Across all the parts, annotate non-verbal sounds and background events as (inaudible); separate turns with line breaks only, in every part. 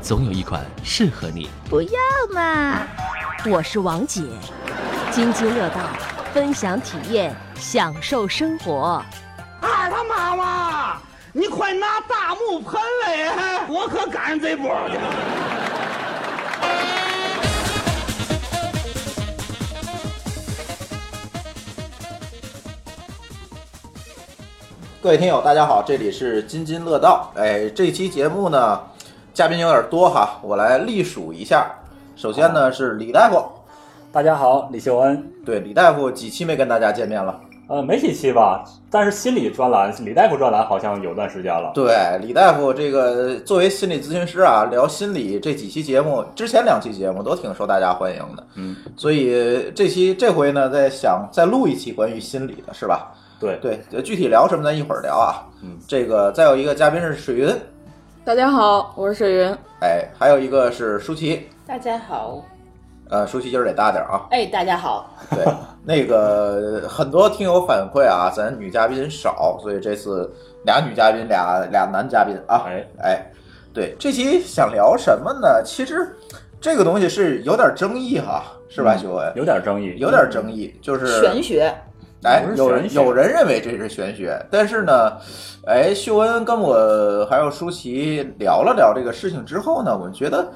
总有一款适合你。
不要嘛！我是王姐，津津乐道，分享体验，享受生活。
二他妈妈，你快拿大木盆来，我可赶上这波了。
各位听友，大家好，这里是津津乐道。哎，这期节目呢，嘉宾有点多哈，我来历数一下。首先呢是李大夫，
大家好，李秀恩。
对，李大夫几期没跟大家见面了？
呃，没几期吧，但是心理专栏，李大夫专栏好像有段时间了。
对，李大夫这个作为心理咨询师啊，聊心理这几期节目，之前两期节目都挺受大家欢迎的。
嗯，
所以这期这回呢，在想再录一期关于心理的，是吧？
对，
对，呃具体聊什么咱一会儿聊啊。
嗯，
这个再有一个嘉宾是水云，
大家好，我是水云。
哎，还有一个是舒淇，
大家好，
呃，舒淇今儿得大点儿啊。
哎，大家好，
(laughs) 对，那个很多听友反馈啊，咱女嘉宾少，所以这次俩女嘉宾，俩俩男嘉宾啊。
哎
哎，对，这期想聊什么呢？其实这个东西是有点争议哈，是吧，
嗯
修文？
有点争议，
有点争议，就是
玄学，
哎，有
有人
人
玄学
有人认为这是玄学，但是呢，哎，秀恩跟我还有舒淇聊了聊这个事情之后呢，我觉得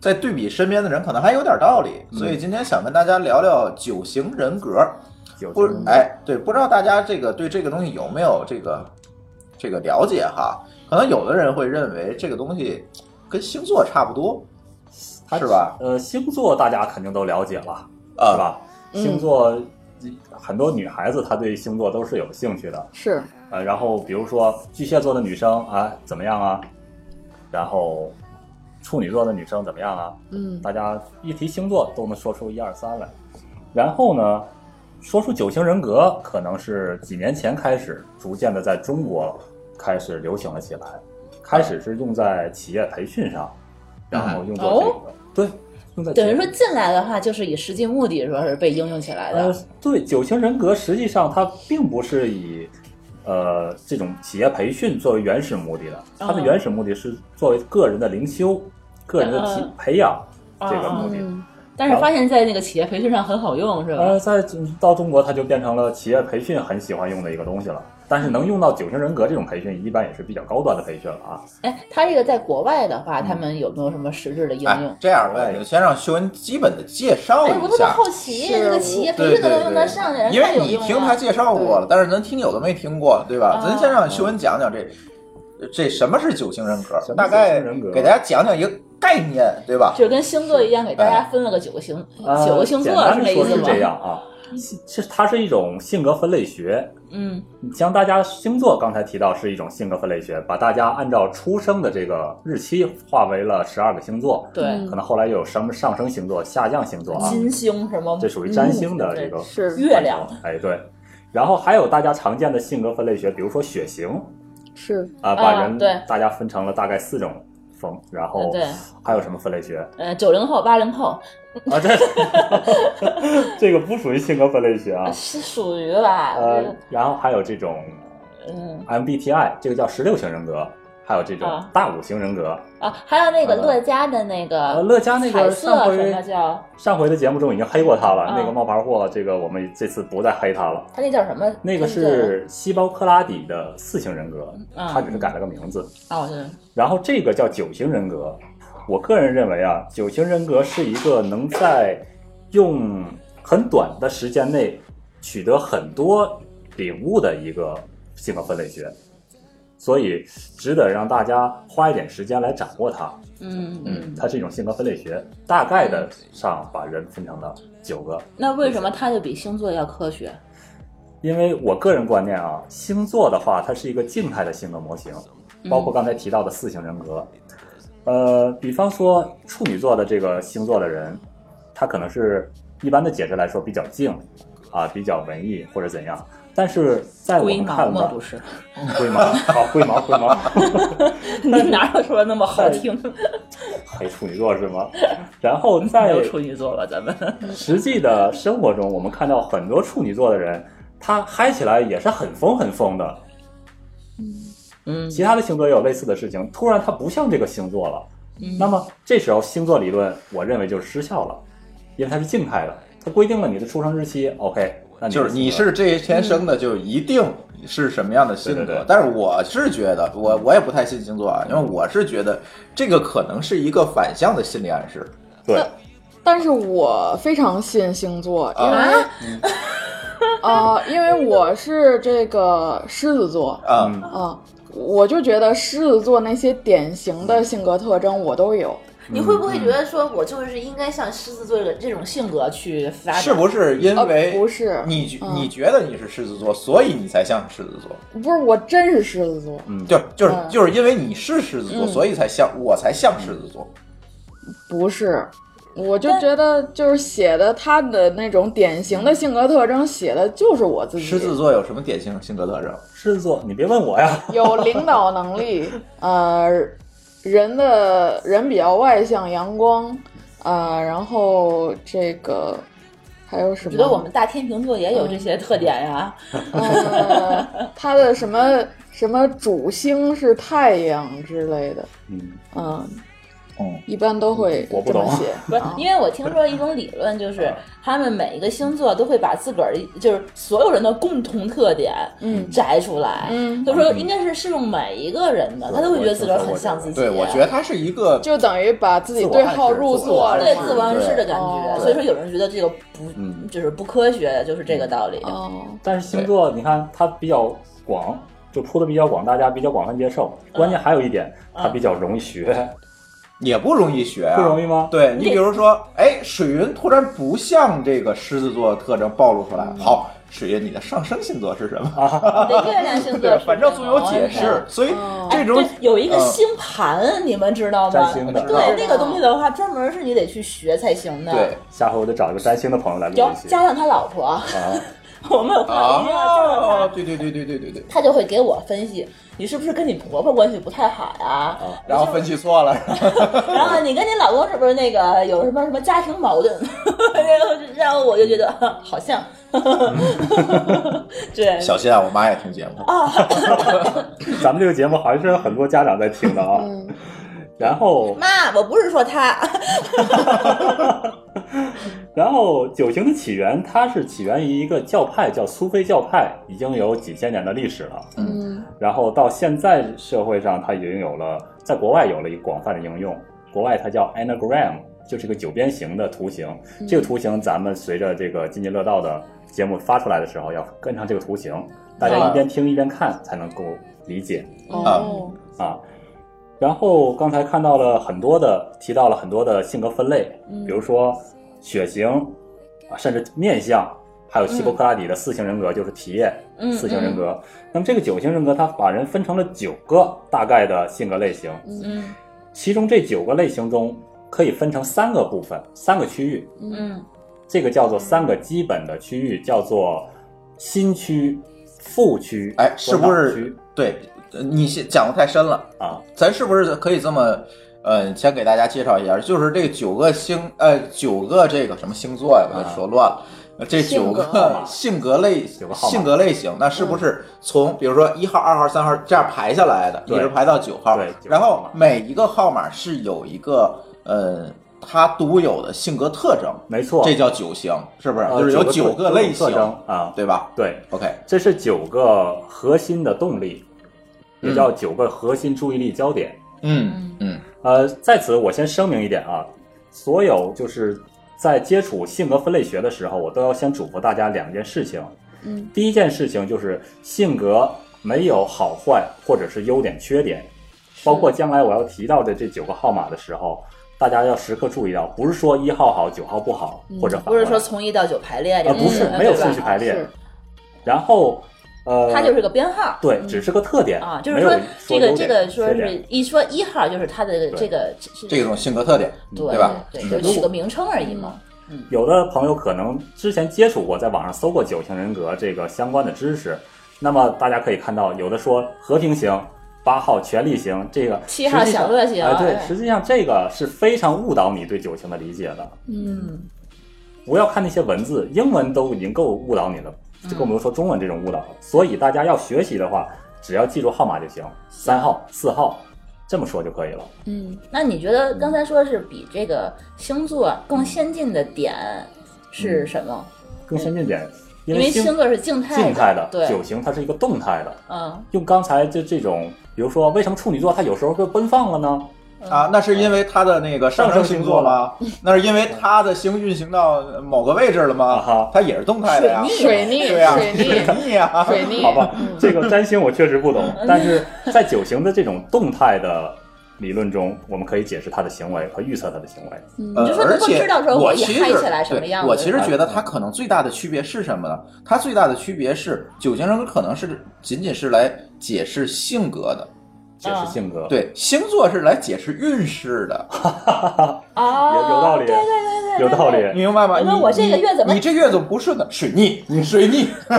在对比身边的人，可能还有点道理，
嗯
所以今天想跟大家聊聊九型人格。
有
不
争议，
哎，对，不知道大家这个对这个东西有没有这个这个了解哈？可能有的人会认为这个东西跟星座差不多，
它
是吧？
呃，星座大家肯定都了解了，
啊
是吧？
嗯
星座、很多女孩子她对星座都是有兴趣的。
是
呃，然后比如说巨蟹座的女生啊，怎么样啊？然后处女座的女生怎么样啊？
嗯
大家一提星座都能说出一二三来。然后呢，说出九型人格可能是几年前开始逐渐的在中国开始流行了起来，开始是用在企业培训上，然后用作这个、对，用在企业
哦等于说进来的话，就是以实际目的说是被应用起来
呃
的。，
对，九型人格实际上它并不是以呃这种企业培训作为原始目的的，它的
嗯
原始目的是作为个人的灵修、个人的提
嗯
培养这个
嗯
目的。
但是发现，在那个企业培训上很好用，是啊吧？
呃，在到中国，它就变成了企业培训很喜欢用的一个东西了。但是能用到九型人格这种培训，一般也是比较高端的培训了啊。
哎，它这个在国外的
嗯
话，他们有没有什么实质的应
哎
用，？
这样吧，你先让秀恩基本的介绍
哎，我
一
特别
下。
好奇，
是
这个企业培
哦对
训
对
都能用得上的
对，
人
因
太
为
有
你
用
听他
了。
介绍过了，但是咱听友都没听过，对吧？
啊
咱先让秀恩讲讲这这什么是九型人格
什，么
大
是
概
九型人格
给大家讲讲一个概念，对吧？
就是跟星座一样，给大家分了个九个星，
哎呃
九个星座
简单
是
地
这意
说
思
是
吗？
这样啊，是它是一种性格分类学，
嗯，
将大家星座刚才提到是一种性格分类学，把大家按照出生的这个日期划为了十二个星座。
对，
可能后来又有什么上升星座、下降星座啊，
金星什么嗯
这属于占星的这个
是
月亮，
哎对。然后还有大家常见的性格分类学，比如说血型
是，
啊，
啊
把人
对嗯
大家分成了大概四种风，然后
对，
还有什么分类学 (laughs)
呃，九零后、八零后
啊？这这个不属于性格分类学啊
啊，是啊属于吧？
呃，然后还有这种
嗯
MBTI，这个叫十六型人格，还有这种
啊
大五型人格。
啊，还有那个
呃
乐嘉的那
呃，
个
乐嘉那
彩
个
色
上
什么
回
叫？
上回的节目中已经黑过他了，
啊
那个冒牌货，这个我们这次不再黑他了。
他那叫什么？
那个是西包克拉底的四型人格，
嗯
他只是改了个名字。
哦，对，
然后这个叫九型人格，我个人认为啊，九型人格是一个能在用很短的时间内取得很多领悟的一个性格分类学，所以值得让大家花一点时间来掌握它。
嗯嗯。
它是一种性格分类学，大概的上把人分成了九个。
那为什么它就比星座要
(laughs)
科学？
因为我个人观念啊，星座的话，它是一个静态的性格模型，
嗯
包括刚才提到的四型人格。呃，比方说处女座的这个星座的人，它可能是一般的解释来说比较静，啊，比较文艺或者怎样。但是在我
龟
们
毛
看
吗？
来
不，是，
(laughs) 龟毛，好，龟毛，龟毛，
你哪有说那么好听？
黑处女座是吗？然后
没
在
有处女座吧？咱们
(laughs) 实际的生活中，我们看到很多处女座的人，他嗨起来也是很疯很疯的。
嗯
其他的星座也有类似的事情，突然他不像这个星座了，
嗯
那么这时候星座理论，我认为就是失效了，因为它是静态的，它规定了你的出生日期。OK，那你
就是你是这一天生的，就一定是什么样的性格。
对对对
但是我是觉得，我我也不太信星座啊，因为我是觉得这个可能是一个反向的心理暗示。
呃
对，
但是我非常信星座，因为
啊
啊、因为我是这个狮子座
啊、
嗯
啊、我就觉得狮子座那些典型的性格特征我都有。
你会不
嗯
会觉得说我就是应该像狮子座的这种性格去发展？
是不是因
哦
呃
为
不是
你觉
嗯
你觉得你是狮子座，所以你才像狮子座？
不是，我真是狮子座，
嗯，
就就是
嗯
就是因为你是狮子座，
嗯
所以才像我才像狮子座。
不是。我就觉得，就是写的他的那种典型的性格特征，写的就是我自己。
狮子座有什么典型性格特征？
狮子座，你别问我呀，
(laughs)
有领导能力，呃，人的人比较外向、阳光，呃，然后这个还有什
我
么？
觉得我们大天秤座也有这些特点呀。嗯
呃，他的什么什么主星是太阳之类的，
嗯，哦
嗯、
嗯，
一般都会
我不
这么
懂
写。 (laughs)
不是，因为我听说一种理论，就是他们每一个星座都会把自个儿，就是所有人的共同特点
嗯
摘出来，
嗯
就说应该是适用每一个人的，他都会觉得自个儿很像自己。
对，我觉得他是一个
嗯就等于把自己对号入座了
对
嘛。
自我暗示的感觉，
哦
所以说有人觉得这个不、
嗯
就是不科学，就是这个道理。
哦，
但是星座你看它比较广，就铺的比较广，大家比较广泛接受。
嗯
关键还有一点，它比较容易学，
也不容易学啊，
不容易吗？
对你比如说，哎，水云突然不像这个狮子座的特征暴露出来。
嗯
好，水云，你的上升星座是什么？
啊
对月亮星座
对，，反正总有解释。。所以这种
哦对，有一个
嗯
星盘，你们知道
占
吗？
星的，
对那个东西的话，专门是你得去学才行的。
对，
下回我得找一个占星的朋友来录
然
一
后
期
加上他老婆， (laughs)
啊。
我们有话题
啊，对对对对对对对，
他就会给我分析，你是不是跟你婆婆关系不太好呀、
然后分析错了，
然后你跟你老公是不是那个有什么什么家庭矛盾？ (laughs) 然后然后我就觉得好像， (laughs) 对，哦
小心啊，我妈也听节目。
(laughs)
(coughs)
咱们这个节目好像是有很多家长在听的啊。
嗯
然后，
妈，我不是说他，
然后九型的起源，它是起源于一个教派，叫苏菲教派，已经有几千年的历史了。
嗯
然后到现在社会上，它已经有了，在国外有了一个广泛的应用。国外它叫 anagram，就是一个九边形的图形。
嗯
这个图形咱们随着这个津津乐道的节目发出来的时候，要跟上这个图形，大家一边听一边看才能够理解。
哦
啊。然后刚才看到了很多的，提到了很多的性格分类，
嗯
比如说血型，啊，甚至面相，还有希
嗯
波克拉底的四型人格，就是体液、
嗯
四型人格。那么这个九型人格，它把人分成了九个大概的性格类型，
嗯
其中这九个类型中可以分成三个部分，三个区域，
嗯
这个叫做三个基本的区域，叫做心区、腹区，
哎，是不
和脑区
是？对，呃你先讲的太深了。
啊？
咱是不是可以这么，呃，先给大家介绍一下，就是这九个星，呃，九个这个什么星座呀？我
啊
都说乱了。呃这九
性格号嗯
个
码
(laughs) 性格类
九个号码
性格类型，那是不是从比如说一号、二号、三号这样排下来的，一
对
直排到九号
对九个号码？
然后每一个号码是有一个呃它独有的性格特征，
没错，
这叫九型，是不是？
呃
就是有
九
九
个特
个类
九
型
个特征，啊
对吧
对。
？OK，
这是九个核心的动力，也叫九个核心注意力焦点。
嗯嗯
呃，在此我先声明一点啊，所有就是在接触性格分类学的时候，我都要先嘱咐大家两件事情。
嗯
第一件事情就是性格没有好坏或者是优点缺点，包括将来我要提到的这九个号码的时候，大家要时刻注意到，不是说一号好，九号不好，或者反
嗯不是
过
说
来
从一到九排列这
呃
种，
不是
嗯
没有
对吧
顺序排列
是，
然后呃，
它就是个编号。嗯
对，只是个特点
啊，就是
没有
说这个
优
这
点
个说
缺
是
点
一说一号就是它的这个
对
个
这种性格特点，
对
对吧嗯
对，就是取个名称而已嘛。
有的朋友可能之前接触过，在网上搜过九型人格这个相关的知识。那么大家可以看到，有的说和平型、八号权力型，这个
七号
实际上
享乐型
哎，对
哎，
实际上这个是非常误导你对九型的理解的。
嗯，
不要看那些文字，英文都已经够误导你了，就更不用说中文这种误导了。嗯所以大家要学习的话，只要记住号码就行，三号、四号，这么说就可以了。
嗯，
那你觉得刚才说是比这个星座
嗯
更先进的点是什么？
更先进点，嗯因
因
为
为
星
星座是静态
静态的，九
对，
型它是一个动态的。
嗯，
用刚才就这种，比如说为什么处女座它有时候会奔放了呢？
啊，那是因为他的那个上升星座吗？那是因为他的星运行到某个位置了
啊
吗
哈？
它也是动态的呀，
水逆，
对啊呀，
水逆，
(laughs) 逆
(laughs)
呀，
水逆，
好吧
嗯，
这个占星我确实不懂，
嗯
但是在九型的这种动态的理论中，我们可以解释它的行为和预测它的行为。
呃
嗯你就说
而
能够
且
知道说
我
我一
其实
嗨起来什么
对
样
我
子嗯
其实
是吧
觉得它可能最大的区别是什么呢？它最大的区别是酒精人格可能是仅仅是来解释性格的，
解释性格，，
对，星座是来解释运势的，
哦，
有有道理
对对对对对，
有道理。
你明白吗？
我
你
说我这个
你
月怎么
你这月怎么不顺呢？水逆，你水逆，
对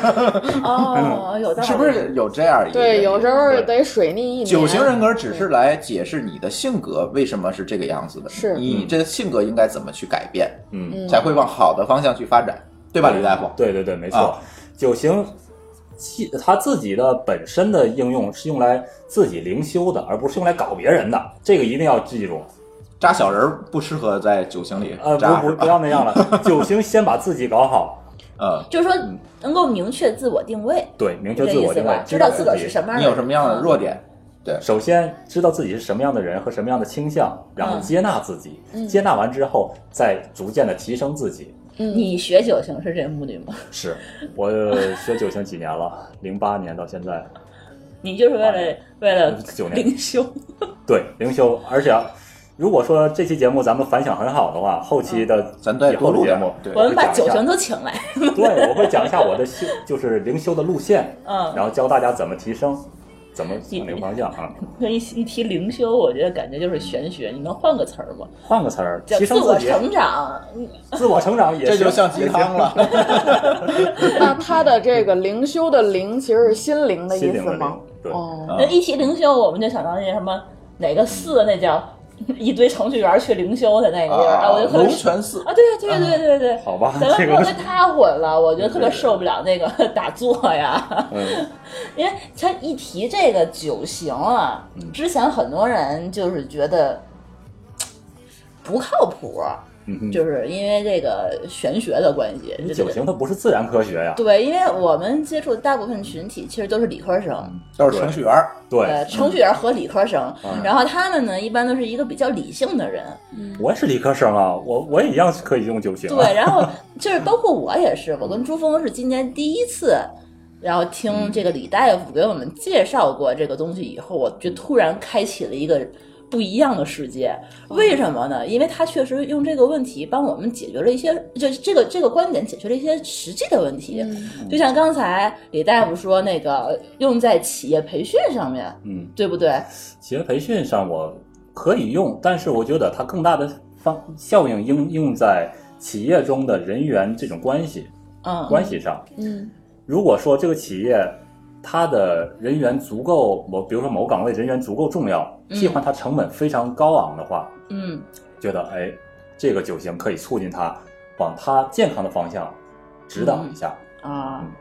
哦，有道
嗯 (laughs)
理，
是不是有这样一个？
对，有时候得水逆一年。
九型人格只是来解释你的性格为什么是这个样子的，
是
你这性格应该怎么去改变，
嗯，
嗯
才会往好的方向去发展，对吧，李大夫？
对对对，没错。
啊
九型，其它自己的本身的应用是用来自己灵修的，而不是用来搞别人的，这个一定要记住。
扎小人儿不适合在酒型里
呃，
扎，
不
是
不不
吧？
要那样了，九型先把自己搞好，
(laughs) 嗯，
就是说能够明确自我定位，
对，明确
这
自
意
我
思
定位
吧？，知道自
自
个儿
己
是什么样嗯
你
的，
有什么样的弱点？
首先知道自己是什么样的人和什么样的倾向，然后
嗯
接纳自己，接纳完之后再逐渐的提升自己。
嗯？你学九型是这目的吗？
是我学九型几年了，零八年到现在，
你就是为了为了
九年
灵修，
对灵修，而且啊如果说这期节目咱们反响很好的话，后期的
嗯咱再
以
多
后的
录
节
点
目，
对
我们把
会讲
九
一下
型都请来，
(laughs) 对，我会讲一下我的修，就是灵修的路线，
嗯
然后教大家怎么提升，怎么往那个方向啊。
那一一提灵修，我觉得感觉就是玄学，你能换个词儿吗？
换个词儿，
叫
提
自
升
我
自己，
成长，嗯
自我成长也
这
行
就像鸡
(laughs)
汤了。
那他的这个灵修的灵，其实是心灵的
心
意
灵
思
的
吗
灵？，对，
哦，
那一提灵修，我们就想到那什么哪个寺，那叫一堆程序员去灵修的那个地儿啊，我就特
龙
别受
泉寺
啊，对对对对对，
好吧
咱们
这
不
个
要跟他混了，我觉得特别受不了那个 (laughs) 打坐呀，
嗯，
因为他一提这个九型啊，之前很多人就是觉得不靠谱，
嗯哼
就是因为这个玄学的关系，这
九型它不是自然科学呀，
对，因为我们接触大部分群体其实都是理科生，
都是程序员儿，
呃，
对，嗯
程序员和理科生，然后他们呢一般都是一个比较理性的人，
我也是理科生啊，我我也一样可以用九型啊，
对，然
(laughs)
后就是包括我也是，我跟朱峰是今年第一次，然后
嗯
听这个李大夫给我们介绍过这个东西以后，我就突然开启了一个不一样的世界。为什么呢？因为他确实用这个问题帮我们解决了一些，就是这个这个观点解决了一些实际的问题。就像刚才李大夫说那个用在企业培训上面，
嗯，
对不对？
企业培训上我可以用，但是我觉得它更大的方效应应用在企业中的人员这种关系
嗯，
关系上。
嗯，
如果说这个企业它的人员足够某，比如说某岗位人员足够重要，
嗯
替换它成本非常高昂的话，
嗯
觉得哎，这个酒型可以促进它往它健康的方向指导一下。
啊
嗯。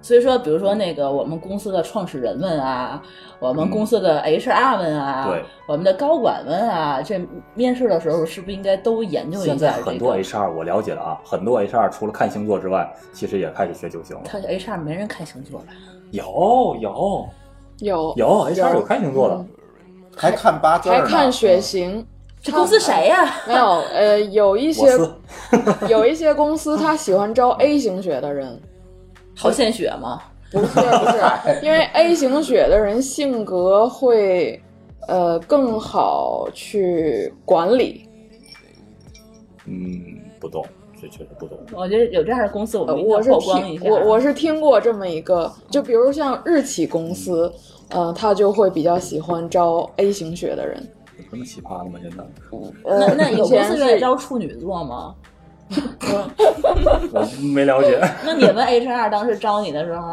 所以说，比如说那个我们公司的创始人们啊，我们公司的 HR 们啊，
嗯对，
我们的高管们啊，这面试的时候是不是应该都研啊究一下、这
现
个？
在很多 HR 我了解了啊，很多 HR 除了看星座之外，其实也开始学九型了。
他 HR 没人看星座吧？
有有
哦
有
有，HR 有看星座的，
嗯还看八字儿
还
呢，
看
嗯
血型，
这公司谁呀、
没有？呃，有一
我
些
司
(laughs) 有一些公司他喜欢招 A 型血的人，
(laughs) 好献血吗？
不是不
哎
是，因为 A 型血的人性格会呃更好去管理。
嗯，不懂，这确实不懂。
我觉得有这样的公司，我
呃，
们一定要
我是
曝光一下。
听我我是听过这么一个，就比如像日企公司，呃，他就会比较喜欢招 A 型血的人。
有这么奇葩的吗？现在
呃，
那那有
以
公
前
司
是
愿意招处女座吗？
(laughs) 我没了解。
那你们 HR 当时招你的时候，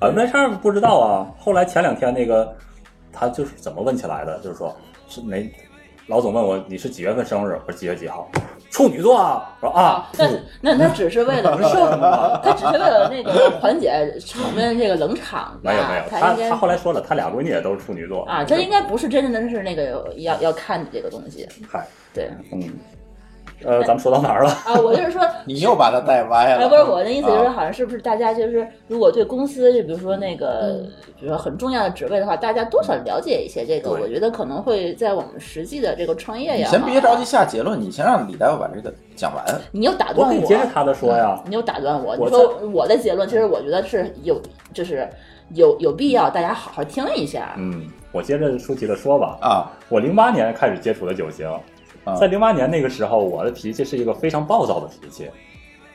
啊，那事儿不知道啊。后来前两天那个他就是怎么问起来的，就是说是哪老总问我你是几月份生日，我说几月几号，处女座啊。我说啊，
哦那那他只是为了不是他只是为了那个缓解场面这个冷场吧？
没有没有，
啊他
他
应该
他后来说了，他俩闺女也都是处女座
啊，他应该不是真正的是那个要要看你这个东西，
嗨，
对
嗯，呃，咱们说到哪儿了？
啊，我就
(laughs)
是说
(laughs) 你又把他带歪
哎，
了。
不是我的意思，就是
啊
好像是不是大家就是，如果对公司，就比如说那个，比如说很重要的职位的话，大家多少了解一些这个，
对
我觉得可能会在我们实际的这个创业啊
你
呀，
先别着急，下结论，你先让李大夫把这个讲完。
你又打
我
断
可以接着他的说呀。
你又打断我，
我
你说我的结论，其实我觉得是有，就是有有必要大家好好听一下，
嗯，我接着舒淇的说吧。
啊
我零八年开始接触的酒精，
啊
在零八年那个时候，我的脾气是一个非常暴躁的脾气，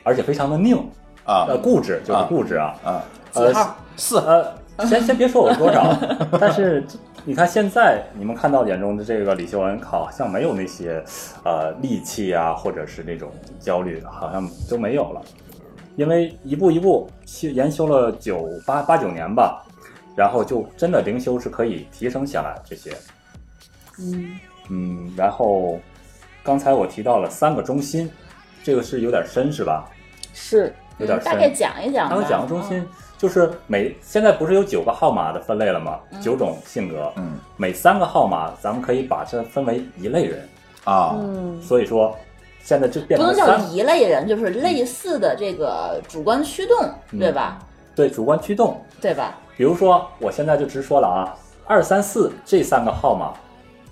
而且非常的拧，
啊
呃，固执就是固执啊。
啊！
呃
四
呃，先先别说我多
(laughs)
少，但是你看现在你们看到眼中的这个李秀恩，好像没有那些呃戾气啊，或者是那种焦虑，好像都没有了，因为一步一步修研修了九八八九年吧，然后就真的灵修是可以提升下来这些。
嗯，
嗯，然后刚才我提到了三个中心，这个是有点深是吧？
是
有点
嗯
深。
大概讲一讲吧。
他们讲的中心就是每现在不是有九个号码的分类了吗？九种性格，
嗯
每三个号码咱们可以把它分为一类人，
啊
嗯，
所以说现在就变
不
成
能
了
叫
三
一类人，就是类似的这个主观驱动，
嗯
对吧？
对主观驱动。
对吧？
比如说我现在就直说了啊，二三四这三个号码，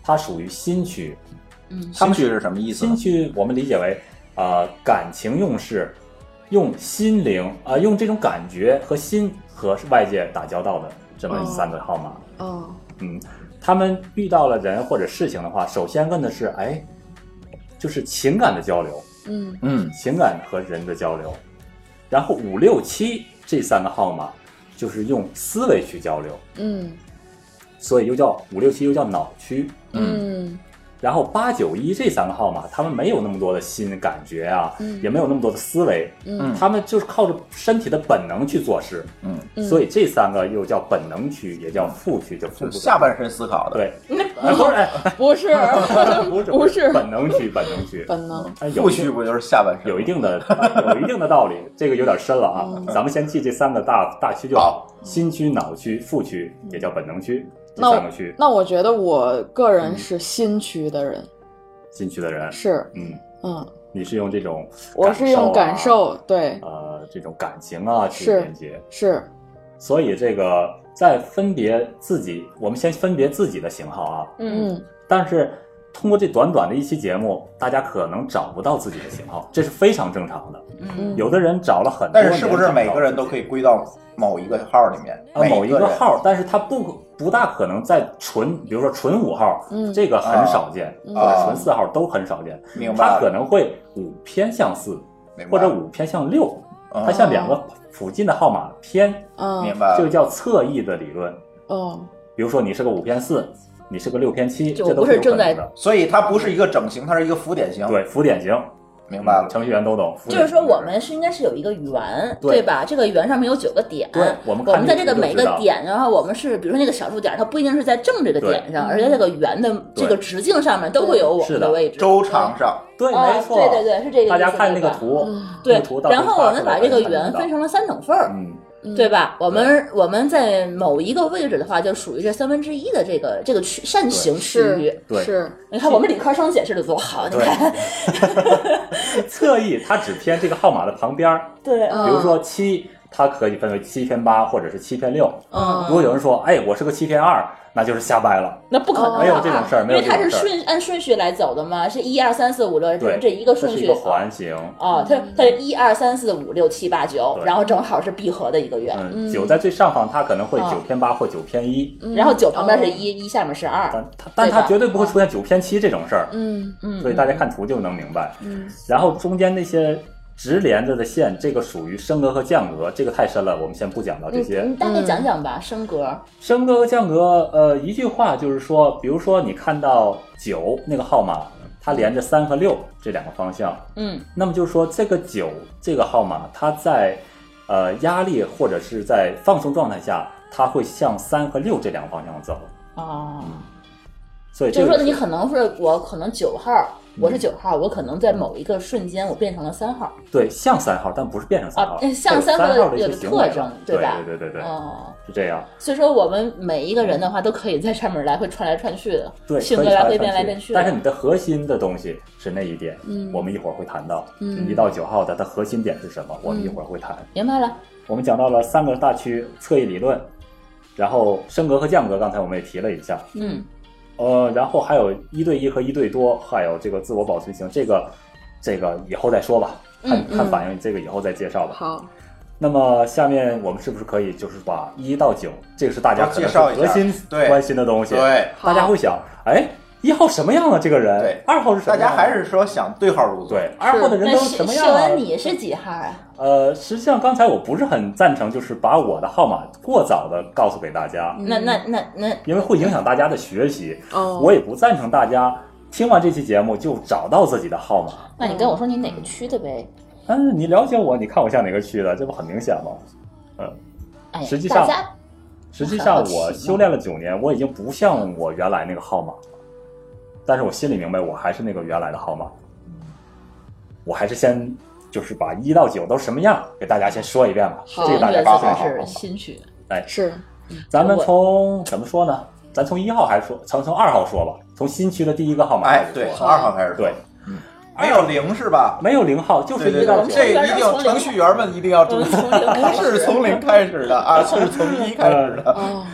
它属于心区，
嗯
新区是什么意思
心？
呢
区我们理解为呃感情用事，用心灵啊、呃用这种感觉和心和外界打交道的这么三个号码。
哦，
嗯，他们遇到了人或者事情的话，首先问的是，哎，就是情感的交流，
嗯
嗯
情感和人的交流。然后五六七这三个号码，就是用思维去交流，
嗯
所以又叫五六七，又叫脑区。
嗯
嗯
然后八九一这三个号码，他们没有那么多的心感觉啊，
嗯
也没有那么多的思维，
嗯
他们就是靠着身体的本能去做事，
嗯，
嗯
所以这三个又叫本能区，也叫副区，叫副
就
部
是下半身思考的。
对，哎不是哎，
(laughs)
不是
(laughs) 不是
哦不是
本能区，本能区，
本能，
哎有
副
一定
区不就是下半身？
有一定的有一定的
(laughs)
道理，这个有点深了啊。
嗯
咱们先记这三个大大区就好，心区、脑区、腹区，也叫本能区，这
那
三个
我
区嗯
那我觉得我个人是新区的人，
进去的人，
是
嗯，
嗯，
你是用这种
我是用感
受啊，
受，对，
呃，这种感情啊去
是
连接，
是
所以这个在分别自己，我们先分别自己的型号啊，
嗯
但是通过这短短的一期节目，大家可能找不到自己的型号，这是非常正常的。
嗯，
嗯，
有的人找了很多
但
年，
是是不是每个人都可以归到某一个号里面？
啊某一
个
个
人，
号？但是他不不大可能在纯，比如说纯五号，
嗯
这个很少见，
嗯
或者纯四号都很少见。
啊明白了
他可能会五偏向四，
明白
或者五偏向六，
嗯
它向两个附近的号码偏，
嗯
明白了
这个叫侧翼的理论。
哦
比如说你是个五偏四，你是个六偏七，
就
这都
不是
有可
正在
能的。
所以它不是一个整形，它是一个浮点型。
对，，浮点型，
明白了。
程序员都懂。浮
(laughs) 就
点
是说，
型
我们是应该是有一个圆，
对
对吧？这个圆上面有九个点，
对我们看
在
这
这
个
个
图就
每
知道
个点，然后我们是比如说那个小数点，它不一定是在正这个点
嗯
上，而且这个圆的这个直径上面都会有我
是
们
的
的位置。
周长上，
对，
啊
没错，
对对对，是这个意思。
大家看那
对
个
吧，
图，那
对
个图，到时候
然后我们把这个
发出来
圆分，成了三等份儿。
嗯，
对吧？我们我们在某一个位置的话，就属于这三分之一的这个这个区扇形区域
是。
对
是
你看，我们理科生解释的多好，你
对
看，
侧翼它只偏这个号码的旁边儿，
对，
比如说七，它可以分为七偏八或者是七偏六。
嗯
如果有人说，哎，我是个七偏二，那就是瞎掰了，
那不可能、啊，
没有这种事儿没
因
有
为
这种
它
事儿
是顺按顺序来走的嘛，是一二三四五六，
对，
这一个顺
这是
序
一个环形。
哦，它它是一二三四五六七八九
对，
然后正好是闭合的一个圆，
嗯，九在最上方，它可能会
啊
九偏八或九偏一，
嗯然后九旁边
哦
是一，一下面是二，
但它但
对
它
吧
绝对不会出现九偏七这种事儿，
嗯
嗯，
所以大家看图就能明白。
嗯
然后中间那些直连着的线，这个属于升格和降格，这个太深了，我们先不讲到这些。
嗯你大概
嗯
讲讲吧，升格，
升格和降格，呃，一句话就是说，比如说你看到九那个号码，它连着三和六这两个方向。
嗯
那么就是说，这个九这个号码，它在呃压力或者是在放松状态下，它会向三和六这两个方向走。
哦，
所以
就
这
是
个嗯
说你可能是我可能九号，我是九号，我可能在某一个瞬间我变成了三号。
对像三号，但不是变成三号
啊，对像
三
三号
号的一
有
些
个
行为
特征
对
对吧
对对对对，
哦，
是这样。
所以说我们每一个人的话都可以在上面来回串来串去的，
对，
性格
可以
来
传
回
上
变来变去的。
但是你的核心的东西是那一点，
嗯
我们一会儿会谈到。
嗯
一到九号的它核心点是什么？我们一会儿会谈。
明白了，
我们讲到了三个大区侧翼理论，然后升格和降格，刚才我们也提了一下。
嗯
呃，然后还有一对一和一对多，还有这个自我保存型，这个这个以后再说吧，看
嗯
看反应，这个以后再介绍吧。
好，
那么下面我们是不是可以就是把一到九，这个是大家
多
可能
介绍一
核
下
心
对
关心的东西，
对，
大家会想，哎，一号什么样啊？这个人，
对
二号是什
大
么样
家
啊？
还是说想对号入座。
对，二号的人
那
都
秀
什么样
秀
啊
恩，？你是几号啊？
呃，实际上刚才我不是很赞成，就是把我的号码过早的告诉给大家，
那那那那
因为会影响大家的学习。
哦，
我也不赞成大家听完这期节目就找到自己的号码。
那你跟我说你哪个区的呗？
嗯，你了解我，你看我像哪个区的，这不很明显吗？嗯
哎，
实际上
大家 (laughs)
实际上
好奇
我
呢
修炼了九年，我已经不像我原来那个号码了，但是我心里明白，我还是那个原来的号码。我还是先就是把一到九都什么样给大家先说一遍吧，
好
这个大家先
这个
好
说
好
真
一
好
遍
是心虚。
是
嗯咱们从怎么说呢？咱从一号还是说，咱从二号说吧，从新区的第一个号码开
哎
始，
对，
说
从二号开始说
对，嗯
没有零是吧？
没有零号就是
对
一
对
到
对，
九，
这一定要程序员们一定要注意， (laughs) 不是从零开始的啊，是从一开始的。
哦，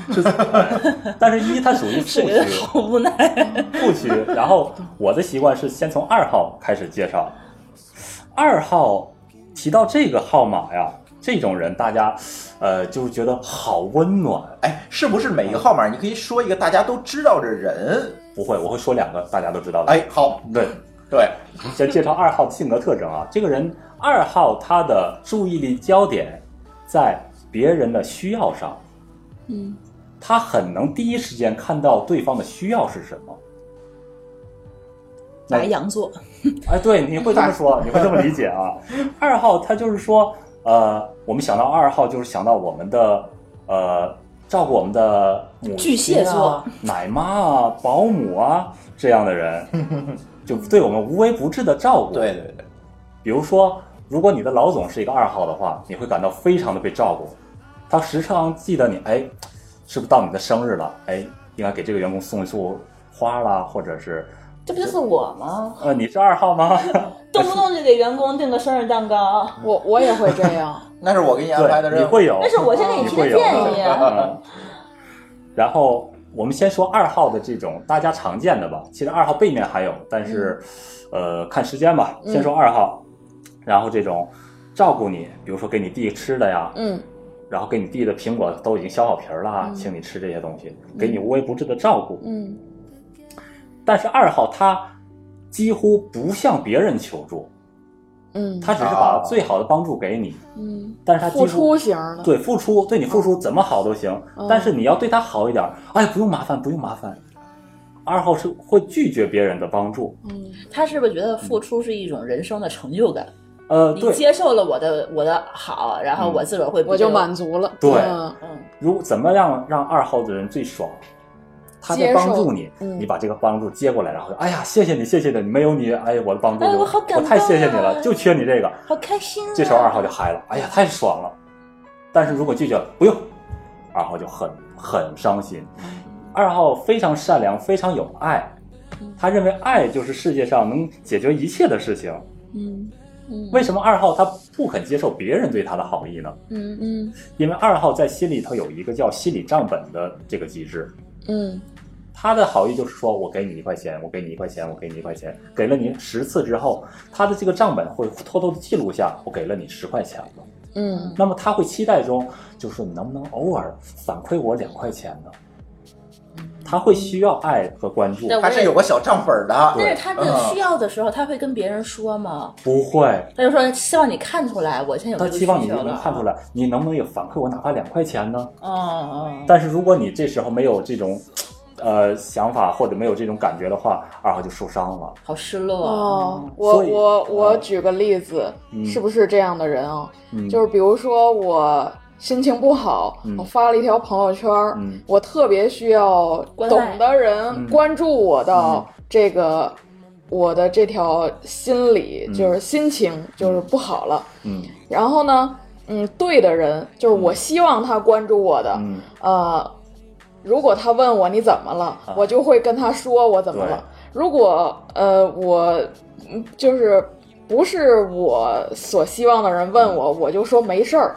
(laughs)
但是一它属于副
觉得
区，
好无奈。
不区。然后我的习惯是先从二号开始介绍。二号提到这个号码呀，这种人大家，呃，就是觉得好温暖。
哎，是不是每一个号码你可以说一个大家都知道的人？
不会，我会说两个大家都知道的。
哎，好，
对，
对，
先介绍二号的性格特征啊。这个人二号他的注意力焦点在别人的需要上，
嗯，
他很能第一时间看到对方的需要是什么。
白羊座，
哎，对，你会这么
(laughs)
说，你会这么理解啊。二号他就是说，呃，我们想到二号就是想到我们的呃，照顾我们的母、啊
巨蟹座、
奶妈啊、保姆啊这样的人，就对我们无微不至的照顾。
对，对对，
比如说，如果你的老总是一个二号的话，你会感到非常的被照顾，他时常记得你，哎，是不是到你的生日了？哎，应该给这个员工送一束花啦，或者是，
这不就是我吗？
呃，你是二号
(laughs)
吗？
动不动就给员工订个生日蛋糕，
嗯
我我也会这样，
那是我给你安排的
对，你
任务。
会有，
那是我先给
你
提的
会有
建议。啊
嗯 (laughs) 然后我们先说二号的这种大家常见的吧，其实二号背面还有，但是、
嗯
呃看时间吧，先说二号，然后这种照顾你，比如说给你递吃的呀，
嗯，
然后给你递的苹果都已经削好皮儿
嗯
啦，请你吃这些东西，给你无微不至的照顾。
嗯
但是二号他几乎不向别人求助，
嗯，
他只是
啊
把最好的帮助给你，
嗯
但是他几乎
付出型的，
对付出，对你付出怎么好都行，
嗯
但是你要对他好一点儿。哎，不用麻烦，不用麻烦。二号是会拒绝别人的帮助，
嗯
他是不是觉得付出是一种人生的成就感？
呃，
你
对，嗯
接受了我的我的好，然后我自个儿会
我就满
满
足了，
对
嗯
嗯，
如怎么样让二号的人最爽？他在帮助你，
嗯
你把这个帮助接过来，然后哎呀，谢谢你，谢谢你，没有你，哎，我的帮助就，
哎我好感
太谢谢你
动
了，
啊
就缺你这个。
好开心啊！
这时候二号就嗨了，哎呀，太爽了。但是如果拒绝了，不用，二号就很很伤心。二号非常善良，非常有爱，他认为爱就是世界上能解决一切的事情。
嗯
为什么二号他不肯接受别人对他的好意呢？
嗯嗯
因为二号在心里头有一个叫心理账本的这个机制，
嗯
他的好意就是说我给你一块钱，我给你一块钱，我给你一块钱，给了你十次之后，他的这个账本会偷偷的记录下我给了你十块钱了。
嗯
那么他会期待中，就是说你能不能偶尔反馈我两块钱呢？
嗯
他会需要爱和关注，
对
他是有个小账本
啊
的，嗯
但是他这
嗯
个需要的时候，他会跟别人说吗？
不会，
他就说希望你看出来，我现在有这
他
个需啊
期
求了。
望你能看出来，你能不能有反馈我哪怕两块钱呢？
嗯嗯，
但是如果你这时候没有这种呃想法或者没有这种感觉的话，二号就受伤了。
好失落啊。
哦，我
所以
我我
呃
举个例子，
嗯
是不是这样的人啊？
嗯，
就是比如说我心情不好，
嗯
我发了一条朋友圈儿，
嗯
我特别需要
关爱
懂的人
嗯
关注我
嗯
的这个、我的这条心理，
嗯
就是心情就是不好了。
嗯
然后呢，嗯，对的人就是我希望他关注我的，
嗯
呃，如果他问我你怎么了，
啊
我就会跟他说我怎么了。如果呃我嗯就是不是我所希望的人问
嗯
我，我就说没事儿，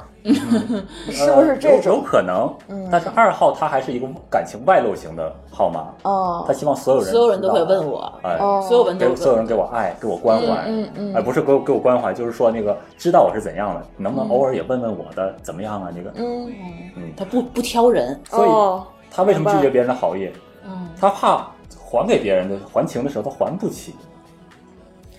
是不是这
呃有有
种？
可能
嗯，
但是二号他还是一个感情外露型的号码，
哦
他希望所有人
所有人都会
知道
问，我，
哎，
哦，
所有人都
给
会
所有
问
人给我爱，给我关怀，
嗯嗯
哎，
嗯
不是给我给我关怀，就是说那个知道我是怎样的，你能不能偶尔也问问我的怎么样啊？那个，
嗯，
我，嗯他不不挑人。
所以
哦，
他为什么拒
明白
绝别人的好意？
嗯，
他怕还给别人的还情的时候他还不起，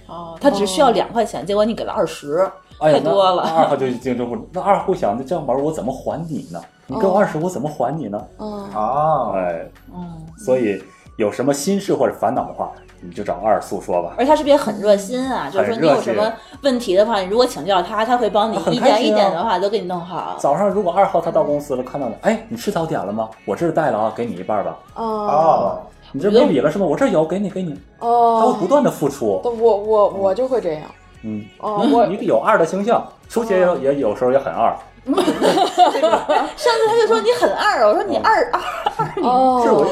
哦，他只需要两块钱，结果你给了二十，
哎呀，
太多了
那那二号就竞争不，那二号想，那这样玩我怎么还你呢？
哦
你给我二十，我怎么还你呢？
哦，
啊，
哎，
嗯，
所以有什么心事或者烦恼的话，你就找二诉说吧。
而且他是不是也很热心啊？就是说你有什么问题的话，你如果请教他，他会帮你
很
一
开
点
心啊
一点的话都给你弄好。
早上如果二号他到公司了，看到你，哎，你吃早点了吗？我这儿带了啊，给你一半吧。
哦，
哦，
你这没理了是吗？我这儿有，给你，给你。他会不
哦，
断的付出，
我我我就会这样，
嗯，
哦，我
你有二的倾向，舒淇也有也有时候也很
(laughs)
二，
上次他就说你很二，我说你二二
是我
哦，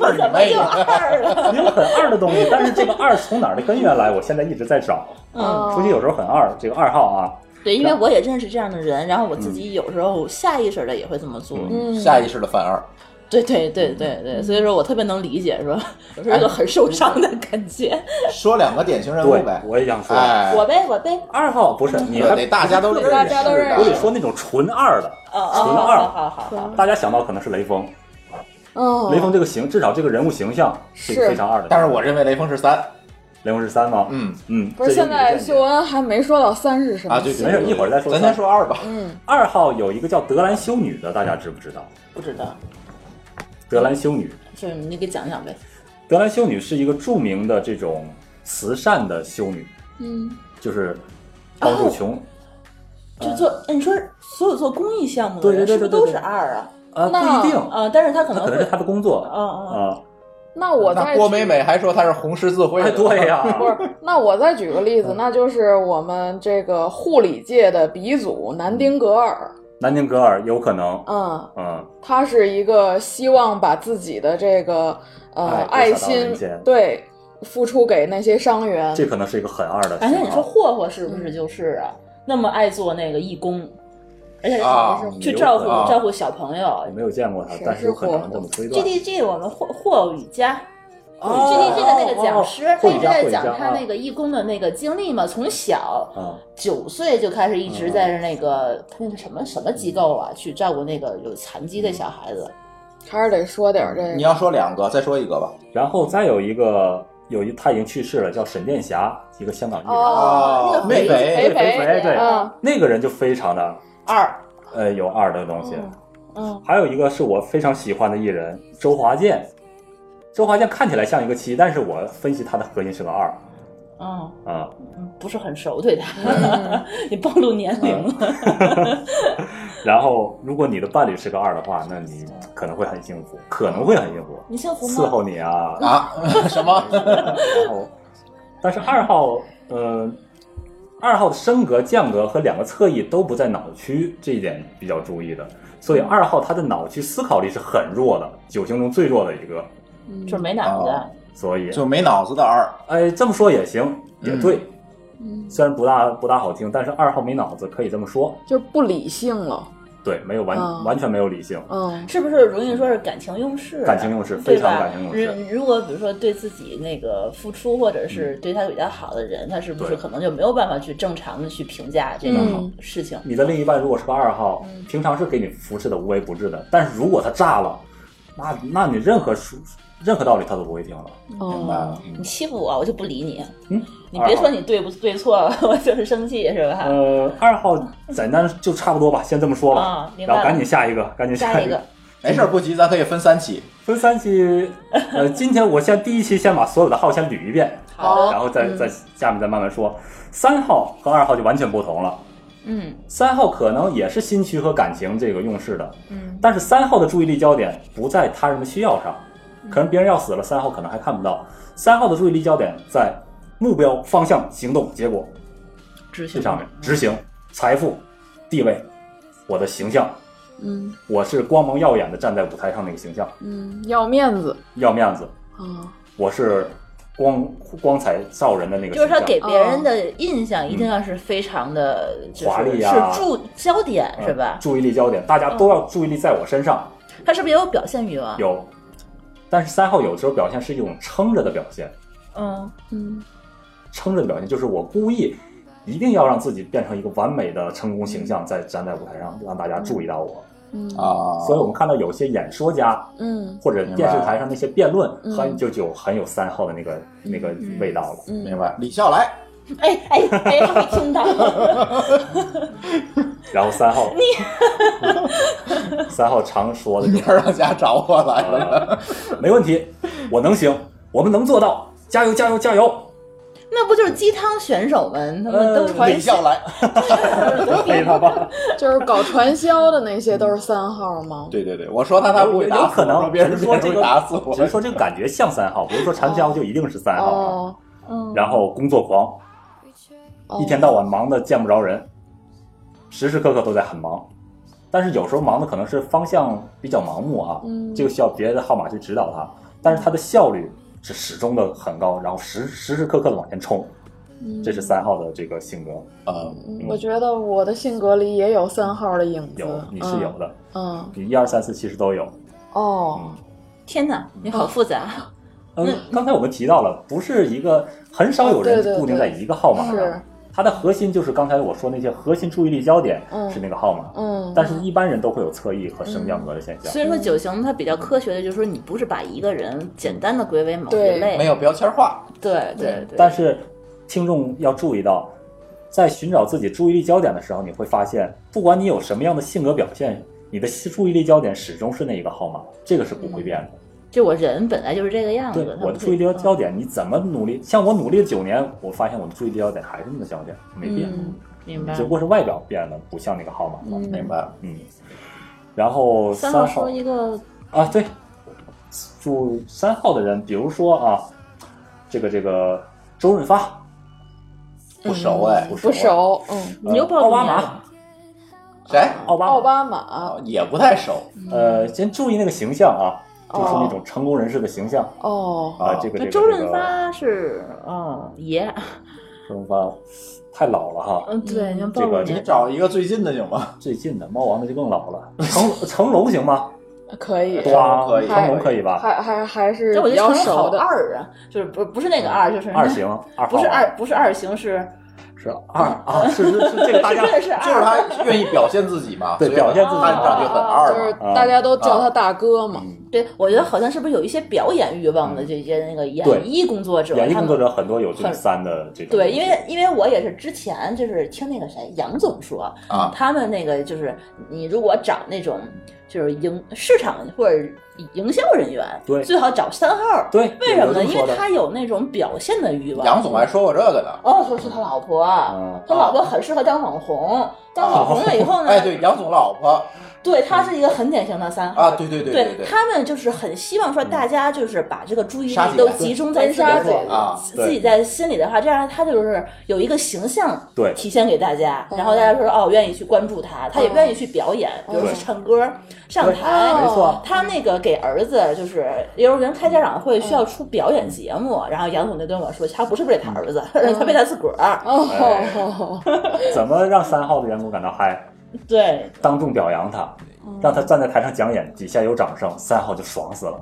二你妹，
二了。
也有很二的东西，但是这个二从哪儿的根源来，我现在一直在找。
嗯，
舒淇有时候很二，这个二号啊，
对，因为我也认识这样的人，然后我自己有时候下意识的也会这么做。
嗯
嗯，
下意识的犯二。
对对对对对，所以说我特别能理解，说有时候就很受伤的感觉。
说两个典型人物
对
呗，，
我也想说，
哎，
我呗，我呗，
二号不是你
对
还
得大家都认识，
大家都认识
(laughs) 我得说那种纯二的，
哦哦，
纯
好
二
好好好，
大家想到可能是雷锋，
哦，
雷锋这个形，至少这个人物形象是一个
是
非常二的。
但是我认为雷锋是三，
雷锋是三吗？
嗯
嗯，
不是
这有
现
你的
在
见解
秀恩还没说到三是什么
啊，对，
星，
没事一会儿再说
咱先说二吧。
嗯，
二号有一个叫德兰修女的，大家知不知道？
不知道，
德兰修女，
是你给讲讲呗。
德兰修女是一个著名的这种慈善的修女，
嗯，
就是帮
哦
助穷。
就做，哎你说所有做公益项目的
呃对
人
对对
是不是
对
都
对
是二啊？
呃，不一定，
啊，但是他可
那
能
可能是
会，
他的工作
嗯
啊
嗯，
啊。
那我再
那郭
举
美美还说她是红十字会
哎，
的，
对呀，
不是，那我再举个例
嗯
子，那就是我们这个护理界的鼻祖南丁格尔，
南丁格尔有可能，
嗯，
嗯，
他是一个希望把自己的这个呃
爱
爱
多哎少到人
心
间
对付出给那些伤员，
这可能是一个很二的
哎，
型
那你
号。
说霍霍是不
嗯
是就是啊？那么爱做那个义工，而且
啊
去照顾
有可能
照顾小朋友
我。没有见过他
谁，
但是有可能
是
这么推断。
GDG 我们霍霍偶瑜伽
哦
，GDG 的那个讲师，他
霍
一
瑜
直
伽
在
霍瑜
讲
伽
他
啊
那个义工的那个经历嘛，从小
啊，嗯
九岁就开始一直在那个那个什么什么机构啊，去照顾那个有残疾的小孩子。
还是得说点这
你
个，
要说两个，再说一个吧。
然后再有一个，有一他已经去世了，叫沈殿霞，一个香港艺人。
哦
哦，
那个
妹
肥
妹
肥肥
肥对
嗯
那个人就非常的
二，
呃有二的东西。
嗯，
还有一个是我非常喜欢的艺人周华健，周华健看起来像一个七，但是我分析他的核心是个二
嗯，
啊、
嗯不是很熟对
嗯
(laughs) 他，你暴露年龄
嗯
了。
然后如果你的伴侣是个二的话，那你可能会很幸福，可能会很幸福，
你幸福
伺
吗？
候你啊。
(laughs) 啊，什么？
然后，但是二号，呃，二号的升格、降格和两个侧翼都不在脑区，这一点比较注意的。所以二号他的脑区思考力是很弱的，九型中最弱的一个。
嗯
就是没脑子。
哦
所以
就没脑子的二，
哎，这么说也行，也
嗯
对。
嗯
虽然不大不大好听，但是二号没脑子可以这么说。
就是不理性了，
对，没有完、
嗯
完全没有理性，
嗯
是不是容易说是感情用事啊？
哦感情用事，
对
非常
吧？
感情用事。嗯
如如果比如说对自己那个付出，或者是对他比较好的人，他是不是
对
可能就没有办法去正常的去评价这个
嗯
事情？
你的另一半如果是个二号，
嗯
平常是给你扶持的无微不至的，但是如果他炸了，那那你任何说任何道理他都不会听了。
明白
哦，
了。
你欺负我，我就不理你。
嗯，
你别
二
说
号
你对不 (laughs) 对错了，我就是生气，是吧？
呃，二号简单就差不多吧，先这么说吧。
啊明白
然后赶
了
(laughs) 紧下一个，赶紧
下
一
一个
(laughs) 没事儿，不急，咱可以分三期。
分三
(laughs)
期，呃，今天我先第一期先把所有的号先捋一遍，
嗯
好嗯
然后再再下面再慢慢说。三号和二号就完全不同了。
嗯
三号可能也是心虚和感情这个用事的，
嗯
但是三号的注意力焦点不在他人的需要上，可能别人要死了，三号可能还看不到。三号的注意力焦点在目标、方向、行动、结果
执
这
行
上面，执行、财富、地位、我的形象，
嗯
我是光芒耀眼的站在舞台上那个形象，
嗯
要面子
要面子，
啊，
我是光光彩照人的那个
就
形
是他
象，
给别人的印象一定要是非常的、就是
华丽啊
是注焦点
嗯
是吧？哦
注意力焦点，大家都要注意力在我身上。
他是不是也有表现欲望？，
有，但是三号有的时候表现是一种撑着的表现，
嗯
嗯
撑着的表现就是我故意一定要让自己变成一个完美的成功形象，在站在舞台上让大家注意到我。
嗯
啊，
所以我们看到有些演说家
嗯
或者电视台上那些辩论，
明白
很就就很有三号的那个那个味道了。
嗯嗯
明白。李笑来，
哎哎哎，他会
(laughs)
听到，
然后三号， (laughs) 三号常说的就是
明儿让家找我来了。
呃没问题，我能行，我们能做到，加油加油加
(laughs)
油！
那不就是鸡汤选手们他们都
呃
传
李笑来，
黑他吧，
就是搞传销的那些都
嗯
是三号吗？
对对对，我说他他不会
有
打死
可
我，
能
说别人
只是说
别
这
人
个
会打死我
只。是说这个感觉像三号，不是说传销就一定是三号。
哦，
嗯
然后工作狂，
哦
一天到晚忙得见不着人，时时刻刻都在很忙，但是有时候忙的可能是方向比较盲目啊，
嗯
这个需要别的号码去指导他，但是他的效率是始终的很高，然后时时时刻刻的往前冲，
嗯
这是三号的这个性格，
嗯，
嗯我觉得我的性格里也有三号的影子
有，你是有的，
嗯，嗯，
你一二三四其实都有。
哦，
天哪，你好复杂，
嗯，刚才我们提到了，不是一个很少有
哦对
人
对对
固定在一个号码
是
上，它的核心就是刚才我说那些核心注意力焦点
嗯
是那个号码，
嗯，
但是一般人都会有侧翼和升降格的现象。
(laughs) 虽然说
嗯
九型它比较科学的，就是说你不是把一个人简单的归为某一
对
类，
没有标签化，
对对对，
但是听众要注意到，在寻找自己注意力焦点的时候，你会发现，不管你有什么样的性格表现，你的注意力焦点始终是那一个号码，这个是不会变的。
就我人本来就是这个样
对
子，它
我
不嗯
的
是
注意力焦点，你怎么努力？像我努力了九年，我发现我的注意力焦点还是那么焦点，没变。
嗯，明白
只。不过是外表变了，不像那个号码了。
明白了？
嗯，然后
三
三
号说一个，
啊，对，住三号的人，比如说啊，这个这个周润发，
嗯
不熟哎，
不熟，嗯，
呃
你又暴
奥
露
巴
年
马
了，，
谁？
奥巴马，
奥巴马，
也不太熟，
嗯
呃，先注意那个形象啊，就是那
哦
种成功人士的形象
哦，
啊
哦，
这个这
那
个
周
这
润
个
发是啊爷，
周润发太老了哈，
嗯，对，你看暴
这个
露
这
你
年，
找一个最近的行吗？
(laughs) 最近的猫王的就更老
(laughs)
了，成成龙行吗？
可以，
对啊
成龙可以
成龙可以吧？
还还还是
这我
比
觉得
较
成龙好
熟的，
二啊，就是不不是那个二，就是那
二型，二号
不是
啊
二，不是二型，是
是二啊，是是是这个大家
这是
(laughs) 就是
二，
他愿意表现自己嘛，
(laughs) 对
所以
表现自己啊
看上去很二
就是
嘛。
大家都叫他大哥嘛，
嗯
对，我觉得好像是不是有一些表演欲望的这些那个
对
演艺工作者，
演艺
他
工作
们
者很多有这种
很
三的这种东
对，
西。
因为因为我也是之前就是听那个谁杨总说
啊
他们那个就是你如果找那种就是营市场或者营销人员，
对
最好找三号。
对
为什么
有这
呢？
么
因
说的
为他有那种表现的欲望。
杨总还说过这个呢。啊
哦，说是他老婆，
嗯
他老婆很适合当网红，当网
啊
红了以后
(laughs)
呢，
哎，对，杨总老婆
对，他是一个很典型的三
嗯
号
啊，对对对对，嗯
他们就是很希望说大家就是把这个注意
杀
力
姐
都集中在自己
杀姐
哦
的
啊
自
对
自己在心里的话，这样他就是有一个形象
对
体现给大家，然后大家说哦愿意去关注他，他也愿意去表演，比如
对
去唱歌、上台，
没
错
他那个给儿子就是幼儿园开家长会需要出表演节目，然后杨总就跟我说，他不是为他儿子， (laughs) 他为他自个儿，
哦，
怎么让三号的员工感到嗨？
(laughs) 对，
当众表扬他，
嗯
让他站在台上讲演，底下有掌声，三号就爽死了。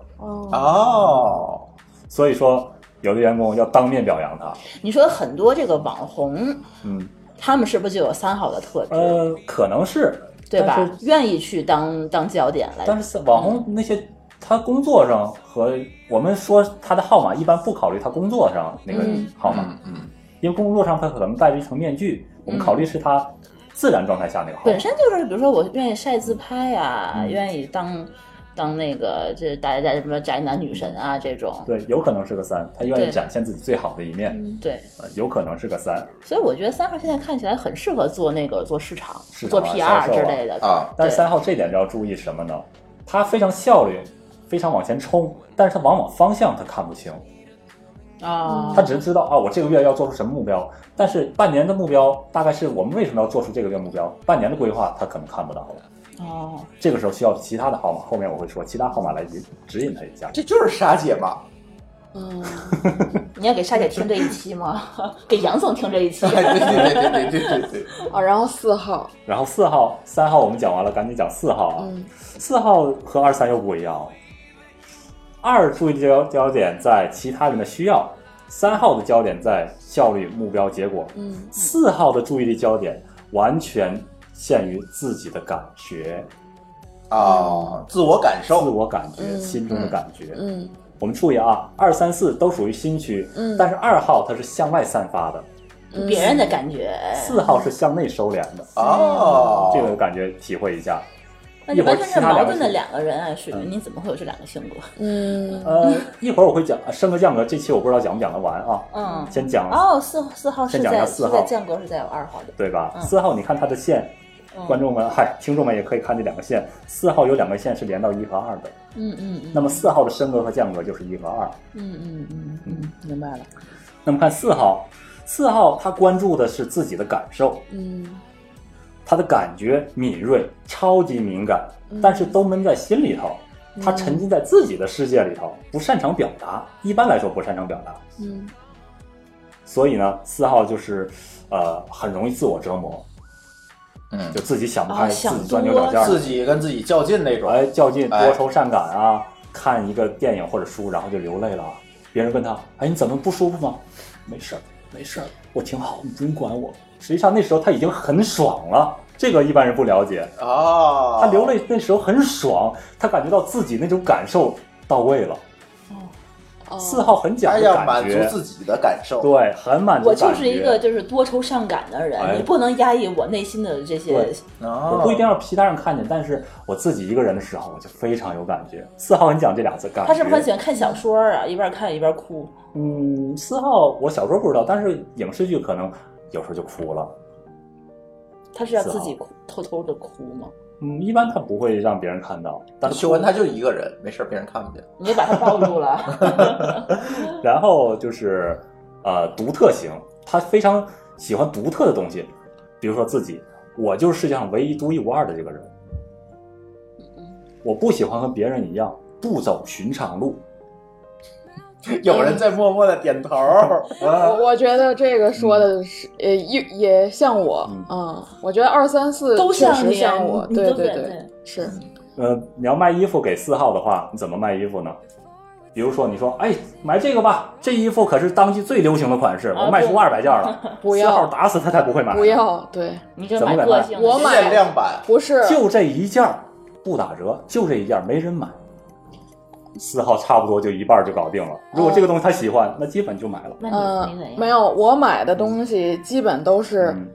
啊
哦，
所以说，有的员工要当面表扬他。
你说很多这个网红。
嗯，
他们是不是就有三好的特质？
呃，可能是，
对吧
但是？
愿意去当当焦点来。
但是网红那些他工作上和我们说他的号码，一般不考虑他工作上那个
嗯
号码，
嗯嗯，
因为工作上他可能戴着一层面具，
嗯
我们考虑是他自然状态下那个号码
本。身就是，比如说我愿意晒自拍啊，
嗯
愿意当当那个这大家在什么宅男女神啊这种，
对，有可能是个三，他愿
对
意展现自己最好的一面，
对，
呃有可能是个三，
所以我觉得三号现在看起来很适合做那个做市场、
市场啊
做
销
PR
售啊
之类的
啊
但是
对
三号这点要注意什么呢？他非常效率，非常往前冲，但是他往往方向他看不清，
哦
啊
他只知道啊，我这个月要做出什么目标，但是半年的目标大概是我们为什么要做出这个月目标，半年的规划他可能看不到了。
哦，
(laughs) 这个时候需要其他的号码，后面我会说其他号码来指指引他一下。
这就是沙姐嘛，
嗯，
你要给沙姐听这一期吗？ (laughs) 给杨总听这一期
(laughs)
对对
(laughs)
对对对对对对，
啊，然后四号，
然后四号、三号我们讲完了，赶紧讲四号啊。
嗯
四号和二三又不一样了。二注意的焦焦点在其他人的需要，三号的焦点在效率、目标、结果。
嗯
四号的注意力焦点完全限于自己的感觉、
啊，自我感
自
受，
我感觉、
嗯
心中的感觉。
嗯
我们注意啊，二三四都属于心区，
嗯
但是二号它是向外散发的，
嗯，
别人的感觉，
四号是向内收敛的。
哦，
这个感觉体会一下。
那就
一会儿
完全
其
是
他
矛
两个
盾的
性
两个人啊，水
嗯
云，你怎么会有这两个性格？
嗯
呃，一会儿我会讲升格降格，这期我不知道讲不讲得完啊。
嗯
先讲、
哦，四四号是
先讲一下
在
四
是
号
在降格，是在有二号的。
对吧？
嗯
四、号，你看它的线，
嗯
观众们嗨，听众们也可以看这两个线。四号有两个线是连到一和二的，
嗯嗯嗯
那么四号的升格和降格就是一和二。
嗯嗯嗯嗯，明白了。
那么看四号，四号他关注的是自己的感受，
嗯
他的感觉敏锐，超级敏感，
嗯
但是都闷在心里头。他沉浸在自己的世界里头，不擅长表达，一般来说不擅长表达。
嗯
所以呢，四号就是，呃，很容易自我折磨，
嗯
就自己想不开，
哦想
自己钻牛角尖
自
儿，
己跟自己较劲那种，
哎，较劲，
哎
多愁善感啊。看一个电影或者书，然后就流泪了。别人问他，哎，你怎么不舒服吗？没事儿，没事儿，我挺好，你不用管我。实际上那时候他已经很爽了，这个一般人不了解。
哦，
他流泪那时候很爽，他感觉到自己那种感受到位了。
哦
四号很讲
他
究
要
感
满足
觉，
自己的感受，
对，很满足
我
感觉。
就是一个就是多愁善感的人，
哎
你不能压抑我内心的这些
对。我
哦，
不一定让其他人看见，但是我自己一个人的时候，我就非常有感觉。四号，你讲这俩字，感觉
他是不是很喜欢看小说啊？一边看一边哭。
嗯，四号我小时候不知道，但是影视剧可能有时候就哭了。
他是要
四号
自己哭，偷偷的哭吗？
嗯，一般他不会让别人看到，但是
秀文他就一个人，没事儿，别人看不见。
你就把他抱住了。 (laughs)
然后就是呃独特型，他非常喜欢独特的东西，比如说自己，我就是世界上唯一独一无二的这个人。我不喜欢和别人一样不走寻常路，
(laughs) 有人在默默的点头。
(laughs) 呃
我我觉得这个说
嗯
的是，呃，也也像我
嗯，
嗯，我觉得二三四
都
确
像
实
你
像我，
你
对
都对
对，是，
呃，你要卖衣服给四号的话，你怎么卖衣服呢？比如说，你说，哎，买这个吧，这衣服可是当季最流行的款式，
啊
我卖出
不
二百件了。
(laughs) 啊不
四号
要
打死他才不会买，
不，要，对，
(laughs) 你这
怎么
买
敢
个
卖
性，
我买
限量版，
不是，
就这一件儿不打折，就这一件儿没人买。四号差不多就一半儿就搞定了。如果这个东西他喜欢，那基本就买了。
那
呃
你你怎，样？
没有，我买
嗯
的东西基本都是，
嗯，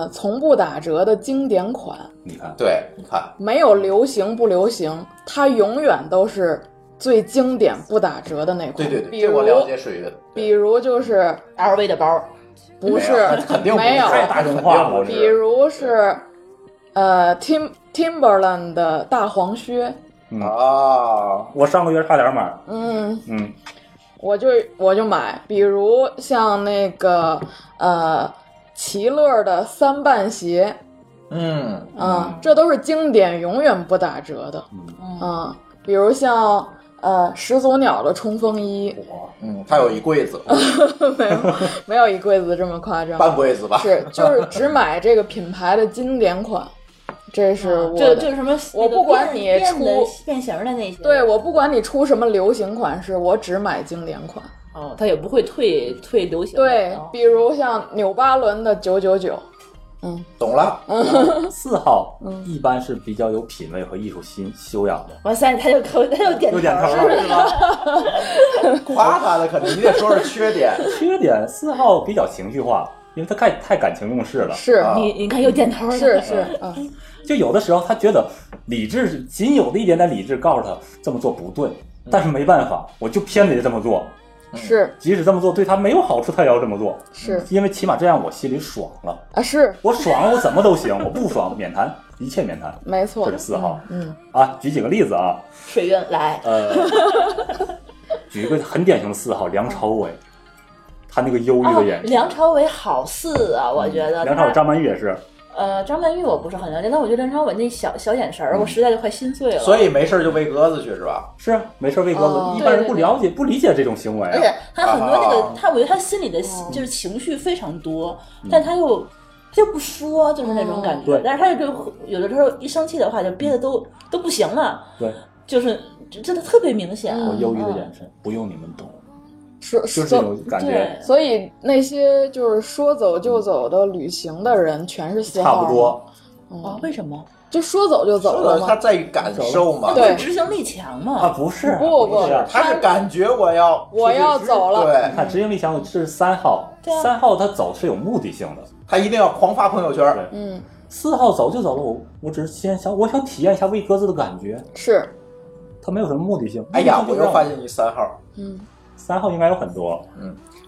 呃，从不打折的经典款，
你看，
对，你看，
没有流行不流行，它永远都是最经典不打折的那
对
款。
对对，
比
这
如
我了解水云。
比如就是
，LV 的包，
不
没
是
有肯定不是
没有，
太大众化了
肯定不是
比如是呃 Tim Timberland 的大黄靴，
嗯啊，
嗯我上个月差点买，
嗯，
嗯，
我就我就买，比如像那个呃奇乐的三瓣鞋，
嗯，
啊、这都是经典，永远不打折的，
嗯
啊，比如像呃始祖鸟的冲锋衣，
嗯，他有一柜子，
没有 (laughs) 没有一柜子这么夸张，
半柜子吧。
是就是只买这个品牌的经典款，这是我
啊这
的。
就是什么？
我不管你
那个变变的
出
变形的那些，
对我不管你出什么流行款式，我只买经典款。
哦，他也不会退退流行的。
对
哦，
比如像纽巴伦的九九九，
懂了，
嗯四号一般是比较有品味和艺术心修养的，
哇塞，他就扣他就点
又点头
了
了是吧？
(laughs) 夸他的肯定，你得说是缺点。
(laughs) 缺点，四号比较情绪化，因为他太太感情用事了。
是
(laughs)
啊
你你看又点头了，
是是啊，
就有的时候他觉得理智仅有的一点点理智告诉他这么做不对，但是没办法，我就偏得这么做。
是
即使这么做对他没有好处，他也要这么做，
是
因为起码这样我心里爽了。
啊，是
我爽了，我怎么都行；我 (laughs) 不爽，免谈，一切免谈。
没错
这是。四号
嗯，
啊，举几个例子啊，
(laughs) 水月来， (laughs)
呃，举一个很典型的四号，梁朝伟，他那个忧郁
哦
的眼，神。
梁朝伟好似啊，我觉得
嗯梁朝伟、
他
张曼玉也是，
呃张曼玉我不是很了解，但我觉得梁朝伟那小小眼神儿，
嗯
我实在就快心碎了。
所以没事儿就喂鸽子去是吧？
是啊，没事儿喂鸽
哦
子，一般人不了解、不理解这种行为
而
啊。嗯
且他很多那个
啊，
他我觉得他心里的就是情绪非常多，但他又他又不说，就是那种感觉
对。
但是他就就有的时候一生气的话，就憋的都都不行了，
对，
就是就真的特别明显。嗯
我忧郁的眼神，不用你们懂，
说
就是这
说，
种感觉嗯
对，
所以那些就是说走就走的旅行的人，全是四号，
差不，多。
哦
嗯，，
为什么？
就说走就走了
他
嘛。
在于感受嘛，
对
执行力强
啊，
嘛。
不是，
不不
是啊
他是感觉我要
我要走了
对
看执行力强是三号
对啊，
三号他走是有目的性的。
他一定要狂发朋友圈
对，
嗯，
四号走就走了，我我只是先想，我想体验一下喂鸽子的感觉，
是，
他没有什么目的性。
哎呀，
目的性
我
就
又
让
发现你三号，嗯
嗯，
三号应该有很多，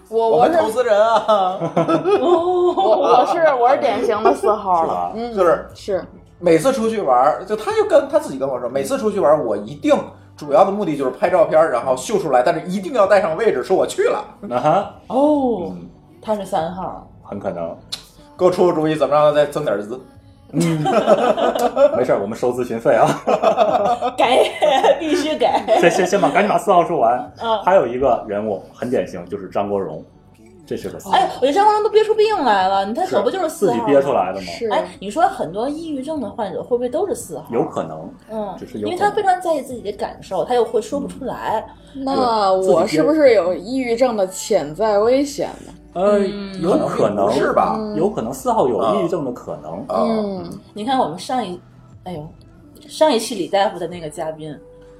我
我
我
们投
是
资人
(laughs)
啊，
哦
我我是我是典型的四号
是
了
吧，
嗯，
就是
是
每次出去玩儿，就他就跟他自己跟我说，每次出去玩儿，我一定主要的目的就是拍照片儿，然后秀出来，但是一定要带上位置，说我去了，
啊哈，嗯
嗯哦，他是三号，
很可能。
给我出个主意，怎么让他再增点资？
(laughs) 没事儿，我们收咨询费啊。
给 (laughs) 必须给。
先先先把赶紧把四号说完。
(laughs) 嗯
还有一个人物很典型，就是张国荣，这是个四号
哎，我觉得张国荣都憋出病来了，你看可不就是四
自
号
己
吗
憋出。来的吗？
是，
哎，你说很多抑郁症的患者会不会都是四号？
有可能，
嗯
只，是有
因
可能
为他非常在意自己的感受，他又会说不出来。
那我是不是有抑郁症的潜在危险呢？
呃，有可能
不是？吧？
有可能四号有抑郁症的可能。
啊，
嗯，
你看我们上一，哎呦，上一期李大夫的那个嘉宾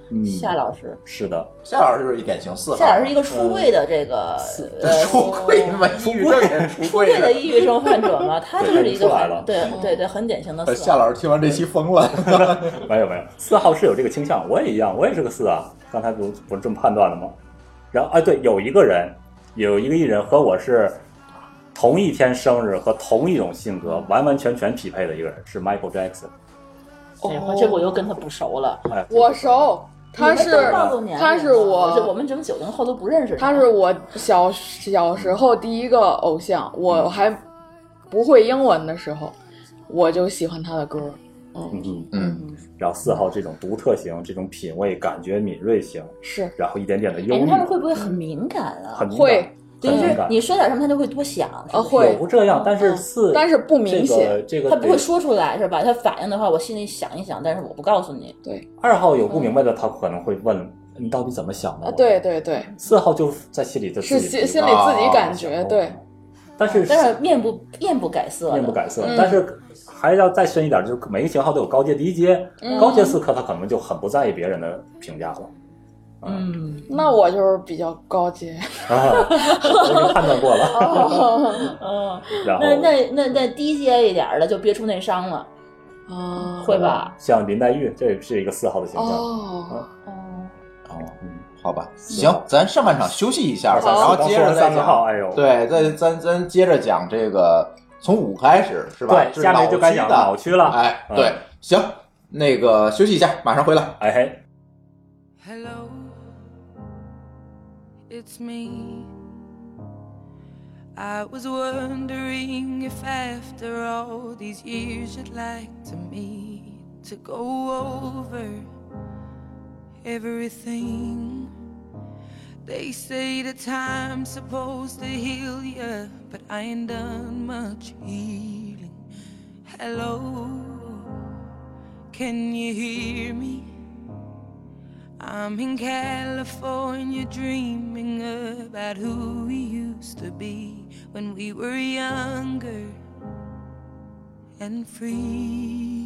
嗯，
夏老师，
是的，
夏老师就是一典型四号，嗯
夏老师一个出柜的这个呃
(laughs) 出柜嘛，抑郁症也是出
出柜
柜
的。抑郁症患者
(laughs)
嘛，他就是
对他已
一
经出
个
来了嗯
对对对很典型的四
呃夏
号。
老师听完这期疯了，
(laughs) 没有没有，四号是有这个倾向，我也一样，我也是个四啊。刚才不不是这么判断的吗？然后哎，对，有一个人，有一个艺人和我是同一天生日和同一种性格，完完全全匹配的一个人是 Michael Jackson。
哦
哎呀，这个我又跟他不熟了。
哎，
我熟，他
你们都
是
暴露年龄了
他是
我这我
我
们整九零后都不认识
他是我小小时候第一个偶像，
嗯
我还不会英文的时候，我就喜欢他的歌。
嗯，
嗯，
然后四号这种独特型，这种品味、感觉敏锐型，
是，
然后一点点的忧
哎，
郁，
他们会不会很敏感啊？
很敏
会
感，
就
很敏
是
感。
你说点什么，他就会多想。
啊
是不是嗯
会嗯
有这样，但是四，
但是不明显。
这个这个
他不会
得
说出来是吧？他反应的话，我心里想一想，但是我不告诉你。
二号有不明白的，他可能会问你到底怎么想的
嗯啊，。对对对，
四号就在心里就是自己啊
心心里自己感觉，对，
哦但是
但是面不面不改色的，
面不改色
嗯，
但是还要再深一点，就是每个型号都有高阶、低阶。
嗯
高阶刺客他可能就很不在意别人的评价了。
嗯，
那我就是比较
(laughs)
高阶。
啊，我已经判断过了。
(laughs)
哦
嗯，
然后
那那那那低阶一点儿的就憋出内伤了，
啊，
会吧？
像林黛玉，这是一个四号的形象。
哦，
哦，
哦，
嗯，
好吧，行，咱上半场休息一下
二
吧，
三
然
四，
后
刚
接
说
着
完
再
三个号，
讲。
哎呦，
对，再咱咱接着讲这个，从五开始是吧？
对，
是
下面就该
老
讲
区的
脑区了。
哎，
嗯
对，行，那个休息一下，马上回来。
哎嘿，
Hello, it's me. I was wondering if after all these years you'd like to me to go over everything. They say the time's supposed to heal ya, but I ain't done much healing. Hello, can you hear me? I'm in California dreaming about who we used to be when we were younger and free.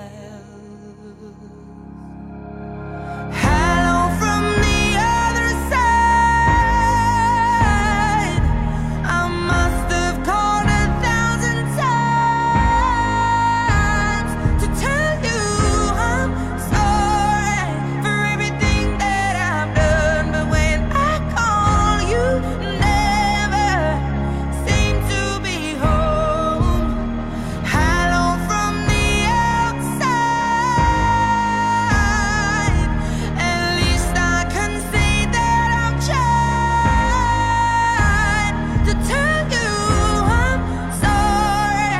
Hello from the other side. I must have called a thousand times to tell you I'm sorry for everything that I've done. But when I call, you never seem to be home. Hello from the outside. At least I can say that I've tried to tell you I'm sorry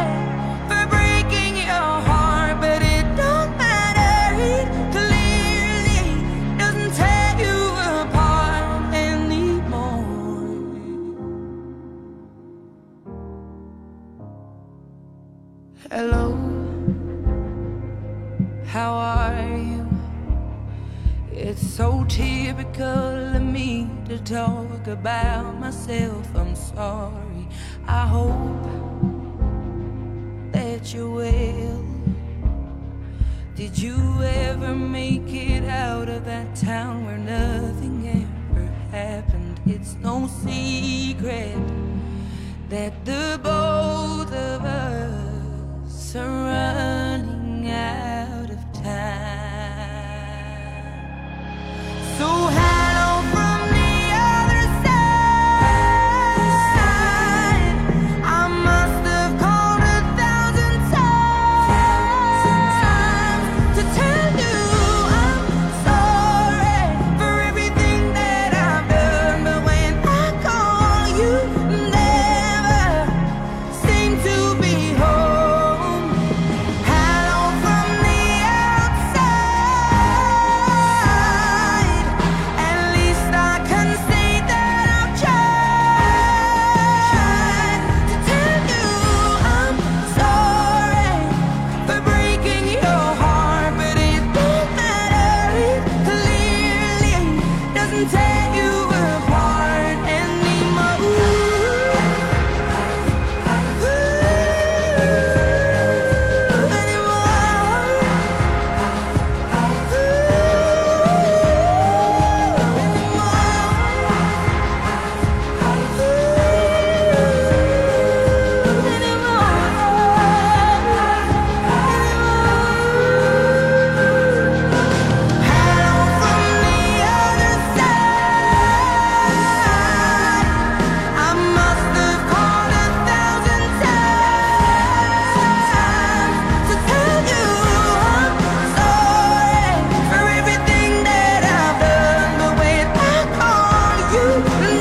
for breaking your heart, but it don't matter. It clearly doesn't tear you apart anymore. Hello, how are you? It's so typical of me to talk about myself. I'm sorry. I hope that you will. Did you ever make it out of that town where nothing ever happened? It's no secret that the both of us are running out of time. So hello from the other side. I must have called a thousand times to tell you I'm sorry for everything that I've done. But when I call, you never seem to be home. Hello from the outside. At least I can say that I've tried to tell you I'm sorry for breaking your heart, but it don't matter. It clearly doesn't tear you apart anymore. I must have called a thousand times to tell you I'm sorry for everything that I've done. But when I call, you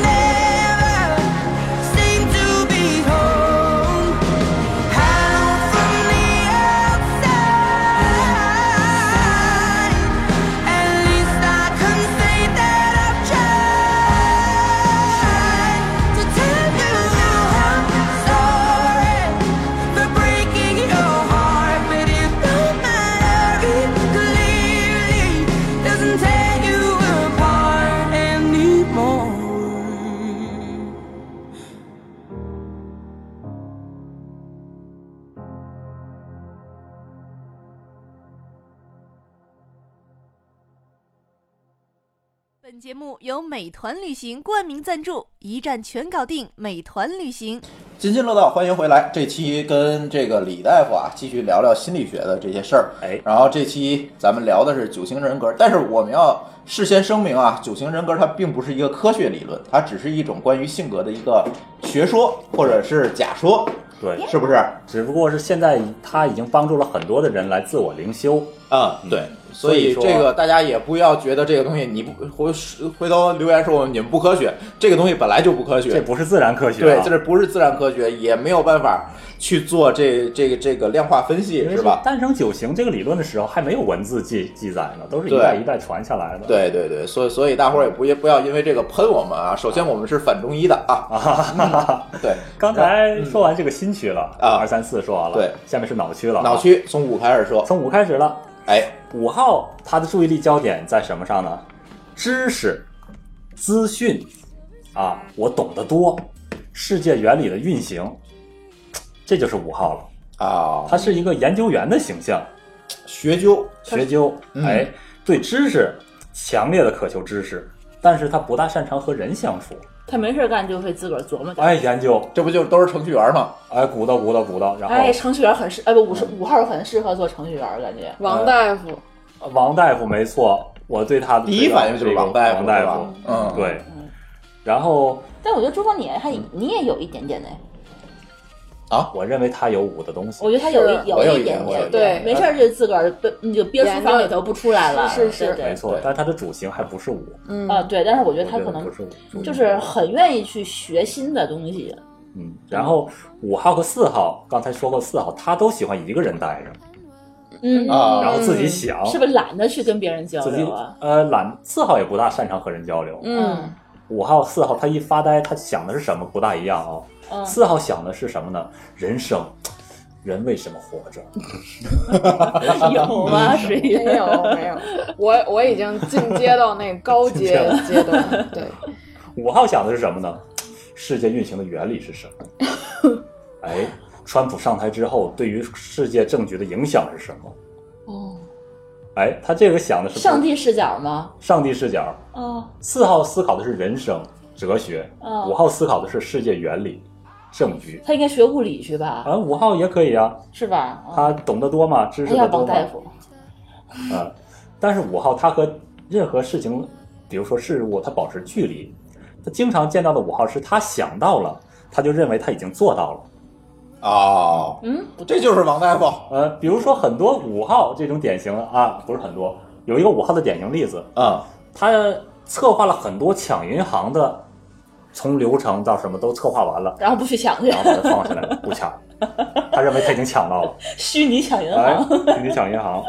never seem to be home. Hello from the outside. At least I can say that I've tried. To tell you I'm sorry for breaking your heart, but it don't matter. It clearly doesn't tear you apart anymore.
本节目由美团旅行冠名赞助，一站全搞定，美团旅行。
津津乐道，欢迎回来。这期跟这个李大夫啊，继续聊聊心理学的这些事儿。
哎
然后这期咱们聊的是九型人格，但是我们要事先声明啊，九型人格它并不是一个科学理论，它只是一种关于性格的一个学说或者是假说，
对，
是不是？
只不过是现在他已经帮助了很多的人来自我灵修。
啊、对。所以
嗯所以说
这个大家也不要觉得这个东西你不回呃回头留言说我们你们不科学，这个东西本来就不科学，
这不是自然科学、
对
啊，，
这不是自然科学，也没有办法去做这这个这个量化分析，
因为
是吧？
诞生九型这个理论的时候还没有文字记记载呢，都是一
对
代一代传下来的。
对对对，所以所以大伙儿也不也不要因为这个喷我们啊。首先我们是反中医的啊，
啊哈哈哈！
(laughs) 对嗯
刚才说完这个心区了，
啊
二三四说完了，
对，
下面是脑区了。啊
脑，区从五开始说，
从五开始了。
哎，
五号他的注意力焦点在什么上呢？知识、资讯啊，我懂得多，世界原理的运行，这就是五号了。
啊，
他是一个研究员的形象，
学究
学究，
嗯
哎，对知识强烈的渴求知识，但是他不大擅长和人相处，
他没事干就会自个儿琢磨点儿。
哎，研究，
这不就都是程序员吗？
哎，鼓捣鼓捣鼓捣，然后
哎，程序员很适，哎不，五十五号很适合做程序员儿，感觉。
呃
王大夫，
王大夫没错，我对他的
第一反应就是王大夫
王大夫，
是吧嗯
对，然后
但我觉得朱峰你还
嗯
你也有一点点的，
我认为他有武的东西，
我觉得他有一
是
啊我有
一
一点
点
我有一
点，
点
没事儿就自个儿被你就憋书房里头不出来了，
是是
对
是
对
没错
对，
但是他的主型还不是武，
嗯
啊，对，但是我觉
我
得他可能
不是武，主
就是很愿意去学新的东西，
嗯，然后五号和四号，刚才说过四号，他都喜欢一个人待着，
嗯，
啊
然后自己想，
是不是懒得去跟别人交
自己
流啊？
呃懒，四号也不大擅长和人交流，
嗯，
五号、四号他一发呆，他想的是什么不大一样啊、
嗯
四号想的是什么呢？人生，人为什么活着？
(laughs) 有
(laughs)
吗？谁
没有没有，我我已经进阶到那
(laughs)
高阶阶段，对，
五号想的是什么呢？世界运行的原理是什么？
(laughs)
哎，川普上台之后对于世界政局的影响是什么？
哦，
哎，他这个想的是
上帝视角吗？
上帝视角。
哦，
四号思考的是人生哲学，
哦
五号思考的是世界原理、政局。
他应该学物理去吧？
啊，五号也可以啊，
是吧？啊
他懂得多嘛，知
哎
识
呀
的，
王
多嘛
大。夫，
啊，但是五号他和任何事情，比如说事物，他保持距离。他经常见到的五号是他想到了，他就认为他已经做到了。
哦，
嗯，不对，
这就是王大夫
呃，比如说很多五号这种典型的啊，不是很多，有一个五号的典型例子，
啊
他策划了很多抢银行的，从流程到什么都策划完
(laughs)
了，
然后不去抢去
然，后把它放下来不抢，他认为他已经抢到了，
(laughs) 虚拟抢银
哎
行。，
(laughs) 你去抢银行。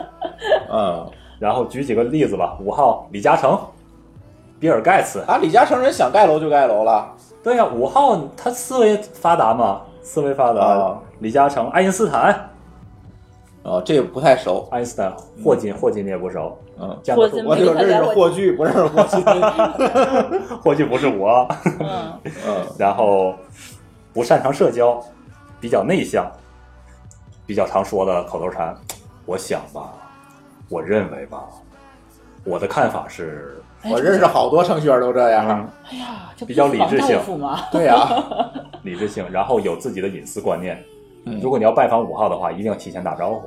嗯
然后举几个例子吧，五号李嘉诚、比尔盖茨，
啊，李嘉诚人想盖楼就盖楼了
对呀、五号他思维发达嘛，思维发达。
啊
李嘉诚、爱因斯坦，
啊，这个不太熟，
爱因斯坦、霍金，霍金你也不熟，
嗯，
这样的
霍金
我就认识霍炬，不认识霍金，
是 (laughs) 霍金不是我。
嗯，
嗯
然后不擅长社交，比较内向，比较常说的口头禅。我想吧，我认为吧，我的看法是，
我认识好多程序员都这样，
嗯，
哎呀，这不
比较
是
理
王
智
大
性
夫吗？
对呀，
理智性，然后有自己的隐私观念。
嗯
如果你要拜访五号的话，一定要提前打招呼，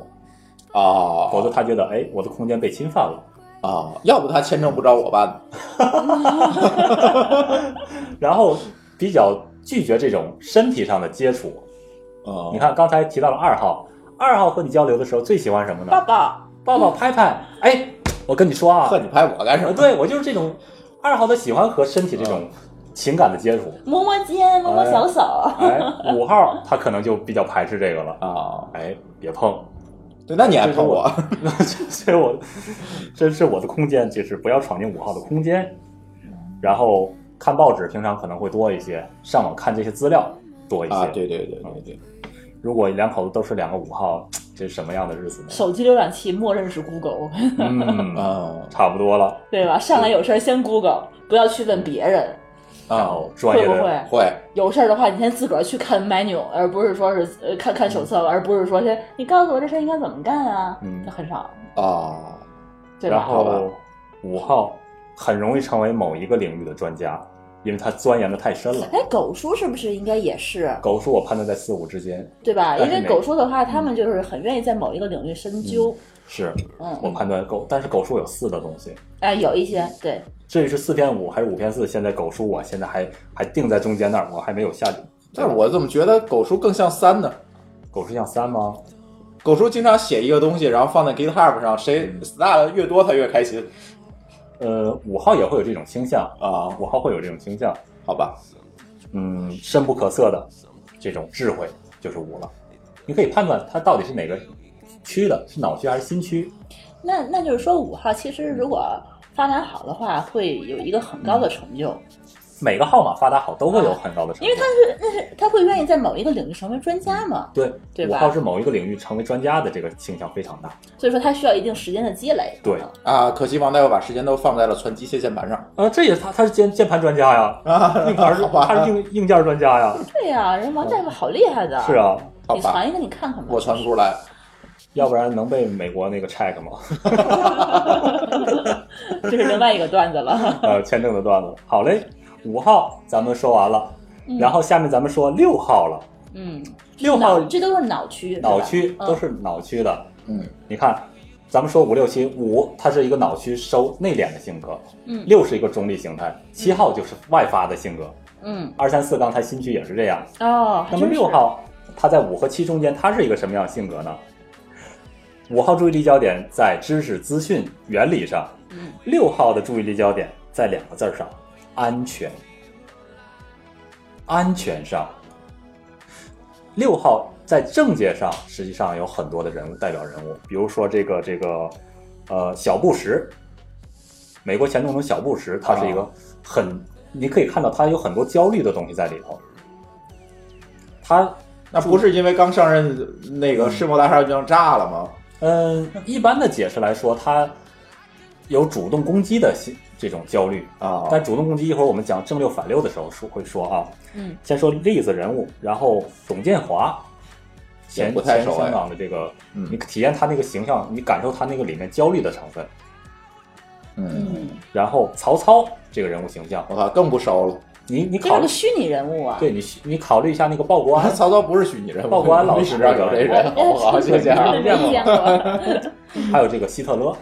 否
哦
则他觉得哎，我的空间被侵犯了。
哦，要不他签证不找我办呢，
(laughs) 然后比较拒绝这种身体上的接触。
嗯，
你看，刚才提到了二号，二号和你交流的时候最喜欢什么呢
爸？爸，
(laughs) 抱抱、拍拍。哎，我跟你说啊
呵，，你拍我干什
呃
么？啊
对我就是这种二号的喜欢和身体这种情感的接触。
(laughs) 摸摸肩，摸摸小手，
哎， (laughs) 五号他可能就比较排斥这个了。
啊，
哎，别碰，
对，那你还碰我？
(laughs) 所以我这是我的空间，就是不要闯进五号的空间。然后看报纸，平常可能会多一些，上网看这些资料多一些。嗯
啊，对对对对对，
如果两口子都是两个五号，这是什么样的日
(laughs)
子呢？
(laughs) 手机浏览器默认是 Google，
嗯，
啊
差不多了。
(laughs) 对吧？上来有事儿先 Google，不要去问别人，
然
啊
后专业
会不
的
会
会，
有事儿的话，你先自个儿去看 menu，而不是说是呃看看手册，而不是说先你告诉我这事儿应该怎么干啊，
嗯
那很少，
啊，
对
然
吧？
后五号很容易成为某一个领域的专家，因为他钻研的太深了。
哎，狗叔是不是应该也是
狗叔我判断在四五之间，
对吧？因
但是
为
没嗯
狗叔的话，他们就是很愿意在某一个领域深究，
是我
嗯，
判断狗，但是狗叔有四的东西。
哎，有一些对，
至于是四偏五还是五偏四，现在狗叔我现在还还定在中间那儿，我还没有下。
但我怎么觉得狗叔更像三呢？
狗叔像三吗？
狗叔经常写一个东西，然后放在 GitHub 上，谁 star 的越多，他越开心
嗯呃，五号也会有这种倾向，
啊。
五号会有这种倾向。
好吧，
嗯，深不可测的这种智慧就是五了。你可以判断它到底是哪个区的，是脑区还是心区。
那那就是说五号其实如果发展好的话，会有一个很高的成就，
每个号码发达好都会有很高的成
因为
就。
他是那是他会愿意在某一个领域成为专家嘛，
对，
对
五
吧
号是某一个领域成为专家的这个倾向非常大。
所以说他需要一定时间的积累。
对，
啊，可惜王大夫把时间都放在了传机械键盘上。
啊，这也是他他是键键盘专家呀，硬盘
啊好吧
他是硬硬件专家呀，
对呀、人王大夫好厉害的。
是啊，
你传一个你看看吧。
我传不出来，
要不然能被美国那个 check 吗？
(laughs)
(laughs)
这是另外一个段子
(laughs)
了。 (laughs)
呃，签证的段子。好嘞，五号咱们说完了，
嗯
然后下面咱们说六号了，
嗯，
六号
这都是脑区，对吧
脑区
嗯
都是脑区的。
嗯，
你看，咱们说五六七五，它是一个脑区收内敛的性格，
嗯
六是一个中立形态，七号就是外发的性格，
嗯
二三四刚才新区也是这样。
哦，还
那么
真是
六号，它在五和七中间，它是一个什么样的性格呢？五号注意力焦点在知识资讯原理上，
嗯
六号的注意力焦点在两个字儿上：安全。安全上，六号在政界上实际上有很多的人物代表人物，比如说这个这个，呃，小布什，美国前总统小布什，他是一
啊
个很，你可以看到他有很多焦虑的东西在里头。他
那不是因为刚上任那个世贸大厦就炸了吗？
嗯，一般的解释来说，他有主动攻击的心这种焦虑
啊
但主动攻击一会儿我们讲正六反六的时候说会说啊。
嗯，
先说例子人物，然后董建华，
也
前
不太
前
熟哎
香港的这个，
嗯
你体验他那个形象，你感受他那个里面焦虑的成分。
嗯，
嗯，
然后曹操这个人物形象，
我操，更不熟了。，
你你
这是
考虑
个，虚拟人物啊。
对你你考虑一下那个鲍国安
(laughs) 曹操不是虚拟人物，
报国安老
历
师
史上有这人，好不
(laughs)
好？谢谢啊。
没见过。 (laughs)
还有这个希特勒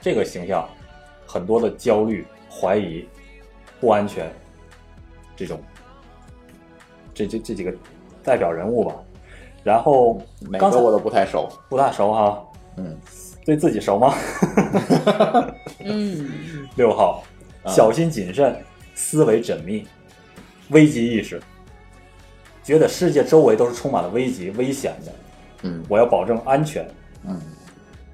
这个形象，很多的焦虑、怀疑、不安全，这种，这这这几个代表人物吧。然后
每个
刚才
我都不太熟。
不大熟哈，
嗯，
对自己熟吗？ (laughs)
嗯，
六号，
嗯
小心谨慎，思维缜密，危机意识，觉得世界周围都是充满了危机、危险的，
嗯
我要保证安全，
嗯，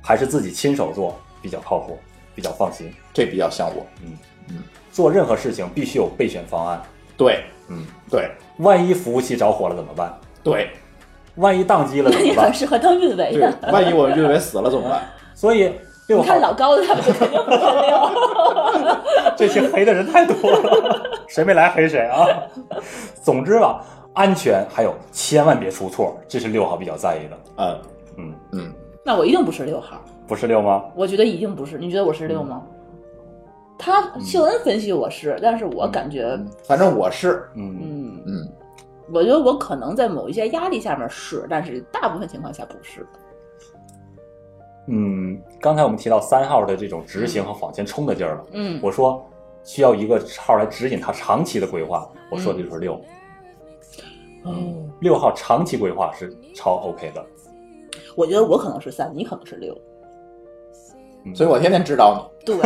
还是自己亲手做比较靠谱，比较放心。嗯
这比较像我。嗯
做任何事情必须有备选方案。
对
嗯，
对
万一服务器着火了怎么办？
对
万一宕机了
那
怎
你
么
很 (laughs)
办？
适合当运维
对
的。，
万一我们运维死了怎么办？
所以
(laughs) 你
六
看
号
老高的他们就肯定不分六。
这些黑的人太多了，谁没来黑谁啊？ (laughs) 总之吧，安全还有千万别出错，这是六号比较在意的。
嗯
嗯，
嗯，
(laughs) 那我一定不是六号，
不是六吗？
我觉得一定不是。你觉得我是
嗯
六吗？他秀恩分析我是，但是我感觉，
反正我是，
嗯，
嗯，
嗯，
我觉得我可能在某一些压力下面是，但是大部分情况下不是。
嗯，刚才我们提到三号的这种执行和往前冲的劲儿了，
嗯，
我说需要一个号来指引他长期的规划，我说的就是六。嗯，六号长期规划是超 OK 的。
我觉得我可能是三，你可能是
(laughs)
六。
嗯
所以我天天指导
对，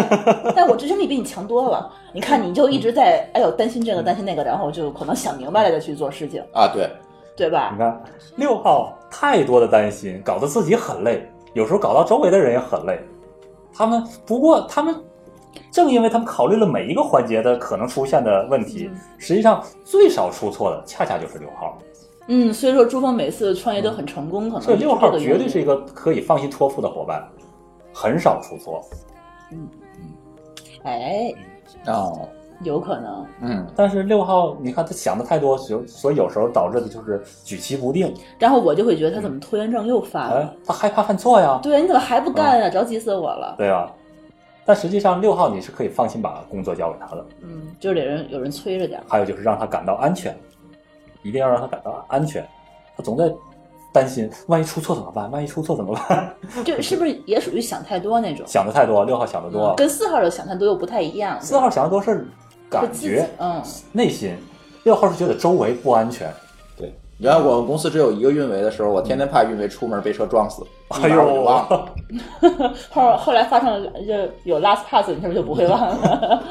但我执行力比你强多了。你看，你就一直在，
嗯
哎呦，担心这个，担心那个，然后就可能想明白了再去做事情，
你啊。对，
对吧
你？看，六号太多的担心，搞得自己很累，有时候搞到周围的人也很累。他们不过他们正因为他们考虑了每一个环节的可能出现的问题，实际上最少出错的恰恰就是六号。
嗯，所以说朱峰每次创业都很成功，可能
所以六号
这个原
绝
因
对是一个可以放心托付的伙伴，很少出错。
哎，
嗯
哦，
有可能。
嗯，
但是六号，你看他想的太多，所所以有时候导致的就是举棋不定。
然后我就会觉得他怎么拖延症又犯
哎
了？，
他害怕犯错呀，
对，你怎么还不干呀、啊
哦
着急死我了。
对啊。但实际上，六号你是可以放心把工作交给他的。
嗯，就是得人有人催着点儿。
还有就是让他感到安全，一定要让他感到安全。他总在担心，万一出错怎么办？万一出错怎么
(laughs)
办？
这是不是也属于想太多那种？
想的太多，六号想的多
嗯，跟四号的想太多又不太一样。
四号想的多是感
就自己
觉、
嗯，
内心，六号是觉得周围不安全。
对。原来我们公司只有一个运维的时候，我天天怕运维出门被车撞死。
哎
一
呦
把我就忘了，
后后来发生了就有 last pass，你是不是就不会忘
(laughs)
了？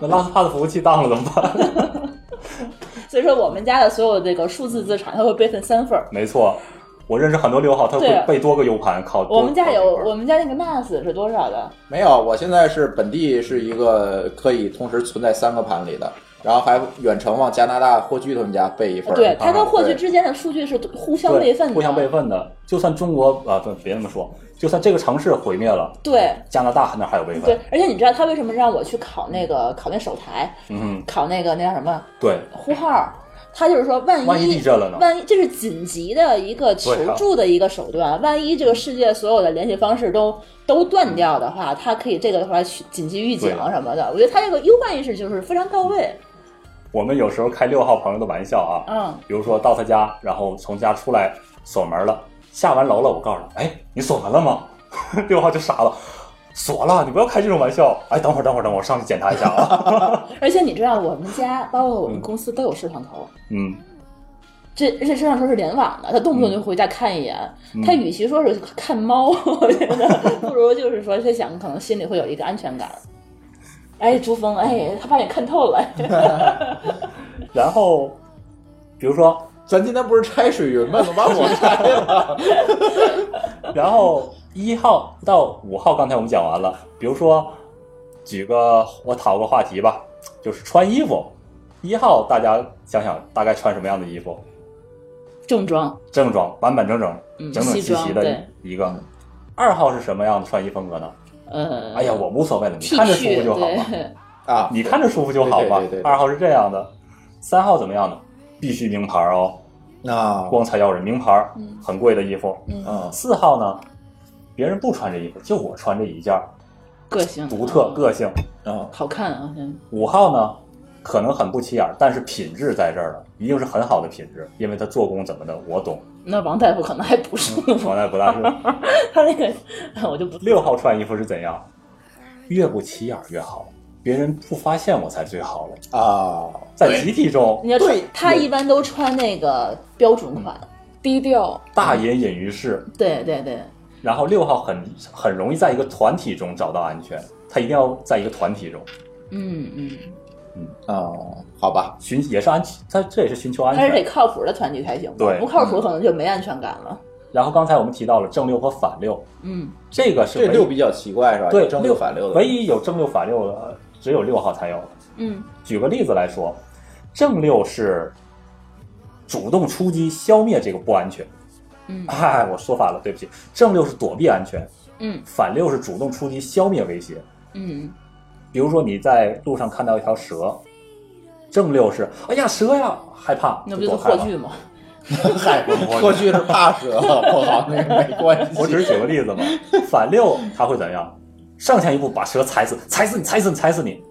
那拉斯帕的服务器当了怎么办？ (laughs)
所以说我们家的所有这个数字资产，它会备份三份儿。
没错，我认识很多六号，他
对
会备多个 U 盘，考多
我们家
考
有
几份
我们家那个 NAS 是多少的？
没有，我现在是本地是一个可以同时存在三个盘里的，然后还远程往加拿大霍炬他们家备一份儿。
对，
啊
它跟霍炬
对
之间的数据是互相
对
备份的，
互相备份的。就算中国啊，不，别那么说，就算这个城市毁灭了，
对
加拿大那还有备份
对。，而且你知道他为什么让我去考那个考那手台，
嗯，
考那个那叫什么
对，
呼号儿，他就是说万一
万一地震了呢啊
万一这是紧急的一个求助的一个手段，万一这个世界所有的联系方式都都断掉的话，他可以这个的话去紧急预警
对啊
什么的。我觉得他这个忧患意识就是非常到位。
我们有时候开六号朋友的玩笑啊，
嗯，
比如说到他家，然后从家出来锁门了，下完楼了，我告诉他，哎，你锁门了吗？ (laughs) 六号就傻了，锁了，你不要开这种玩笑。哎，等会儿，等会儿，等会儿，我上去检查一下啊。 (laughs)
而且你知道我们家包括我们公司都有摄像头，
嗯，
这而且摄像头是联网的，他动不动就回家看一眼。
嗯
他与其说是看猫， (laughs) 我觉得不如就是说他想可能心里会有一个安全感。哎，朱峰，哎，他把你看透了。 (laughs)
然后比如说
咱今天不是拆水云吗？怎么把我拆了？
然后一号到五号，刚才我们讲完了。比如说，举个我讨个话题吧，就是穿衣服。一号大家想想大概穿什么样的衣服？
正装，
正装，板板正正，
嗯
整整齐
西
齐
装
的
对
一个。二号是什么样的穿衣风格呢？
呃，
哎呀，我无所谓了，你
T
看着舒服
恤
就好嘛，
对， (laughs)
啊，
你看着舒服就好嘛
对对对对。对
二号是这样的，三号怎么样呢？必须名牌哦，
啊，
光彩耀人，名牌，很贵的衣服。
嗯，
四号呢，别人不穿这衣服，就我穿这一件儿，
个性啊
独特个性。
嗯，
好看啊，嗯
五号呢，可能很不起眼儿，但是品质在这儿了，一定是很好的品质，因为它做工怎么的我懂，
那王大夫可能还不是
(laughs) 从来不大是。
(laughs) 他那个，哎我就不
六号穿衣服是怎样？越不起眼儿越好，别人不发现我才最好了。
啊，
在集体中，
你要穿
对
他一般都穿那个标准款，
低调，
嗯大隐隐于市，
对对对，
然后六号很很容易在一个团体中找到安全，他一定要在一个团体中
嗯嗯，
嗯，好吧，
寻，也是安，他这也是寻求安
还是得
全。
靠谱的团体才行吧，
对嗯
不靠谱可能就没安全感了，
然后刚才我们提到了正六和反六，
嗯，
这个是
这
唯
六比较奇怪是吧？
对
有正
六
六反六的，
唯一有正六反六的只有六号才有。
嗯，
举个例子来说，正六是主动出击消灭这个不安全。 (laughs)
嗯
哎，我说反了，对不起，正六是躲避安全，
嗯
反六是主动出击消灭威胁。
嗯，
比如说你在路上看到一条蛇，正六是哎呀蛇呀害怕，
那不
就
就
躲
是
开
霍
了。
炬吗？ (laughs)
嗨，过去是怕蛇，不好，那个没关系。
我只是举个例子嘛，反六他会怎样？上前一步把蛇踩死，踩死你，踩死你，踩死你。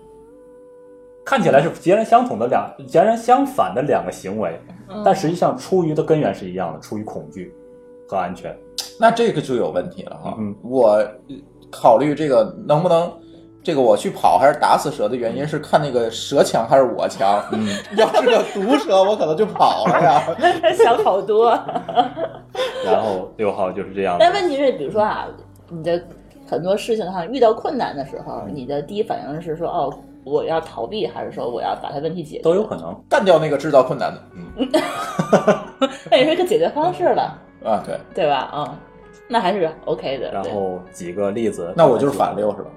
看起来是截然相同的两截然相反的两个行为，但实际上出于的根源是一样的，出于恐惧和安全。
(laughs) 那这个就有问题了哈。
嗯
我考虑这个能不能，这个我去跑还是打死蛇的原因是看那个蛇强还是我强。嗯， (laughs) 要是个毒蛇，我可能就跑了呀。
想好
(laughs)
多。
然后六号就是这样的
但问题是，比如说啊，你的很多事情上遇到困难的时
嗯
候，你的第一反应是说哦，我要逃避，还是说我要把它问题解决？
都有可能。
干掉那个制造困难的，嗯
那 (laughs) 也是一个解决方式了，
啊，对，
对吧？嗯，那还是 OK 的。
然
对
后几个例子，
那我就是反六是吧？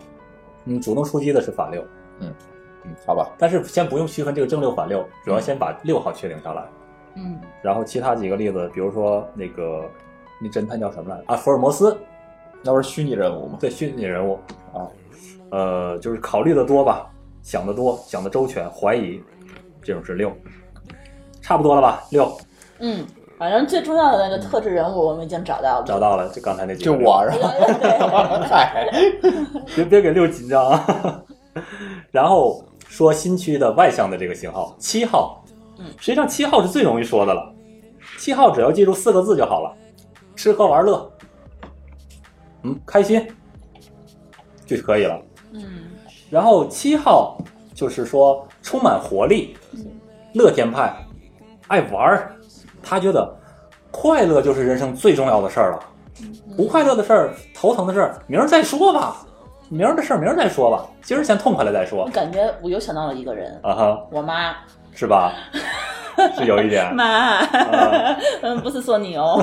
嗯，主动出击的是反六，
嗯，好吧，嗯
但是先不用区分这个正六反六，主要先把六号确定下来。
嗯
然后其他几个例子，比如说那个那侦探叫什么来着？啊，福尔摩斯，
那不是虚拟人物吗？
对，虚拟人物
啊，
呃，就是考虑的多吧，想的多，想的周全，怀疑，这种是六，差不多了吧？六
嗯，反正最重要的那个特质人物我们已经找到了。
找到了，就刚才那几个
就
六
我是吧？嗨，
(laughs) 别别给六紧张 (laughs) 啊。然后说新区的外向的这个型号，七号，
嗯
实际上七号是最容易说的了，七号只要记住四个字就好了，吃喝玩乐，嗯，开心就可以了。
嗯
然后七号就是说充满活力，乐天派，爱玩儿，他觉得快乐就是人生最重要的事儿了。不快乐的事儿、头疼的事儿，明儿再说吧，明儿的事儿明儿再说吧，今儿先痛快了再说
我。感觉我又想到了一个人，
啊哈，
(laughs) 我妈。
是吧？是有一点。
妈，
啊
(laughs) 嗯，不是说
(laughs)
你哦，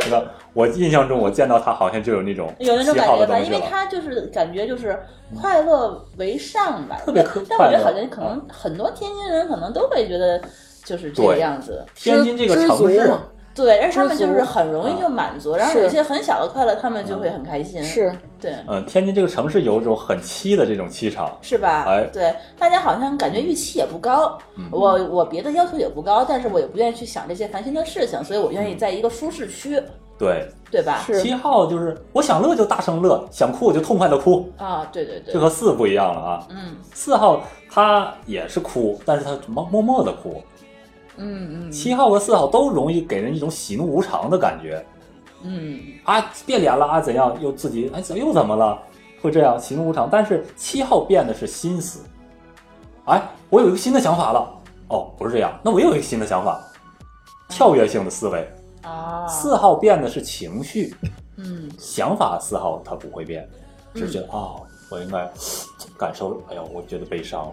是吧？我印象中，我见到他好像就有那种
有那种
喜
感
好
觉
的
吧，
东
因
西
为
了。
他就是感觉就是快乐为上吧，
特别可
但我觉得
快乐啊
好像可能很多天津人可能都会觉得就是这个
对
样子。
天津这个
知
城
足
市
嘛，
对，而且他们
知
就
足
是很容易就满
啊
足，然后有一
是
些很小的快乐，他们就会很开心。，
是
对，
嗯，天津这个城市有一种很凄的这种气场。
是吧？
哎嗯
对，大家好像感觉预期也不高，我我别的要求也不高，但是我也不愿意去想这些烦心的事情，所以我愿意
嗯
在一个舒适区，
对，
对吧？
七号就是我想乐就大声乐，想哭我就痛快的哭，
啊，对对对
这，和四不一样了啊。
嗯
四号他也是哭，但是他默默默的哭。
嗯嗯
七号和四号都容易给人一种喜怒无常的感觉
嗯，
啊，变脸了啊，怎样又自己哎怎又怎么了，会这样喜怒无常。但是七号变的是心思，哎，我有一个新的想法了，哦，不是这样，那我又有一个新的想法，跳跃性的思维。
啊，
四号变的是情绪，
嗯
想法四号它不会变，只是觉得啊、哦，我应该感受，哎呦，我觉得悲伤了，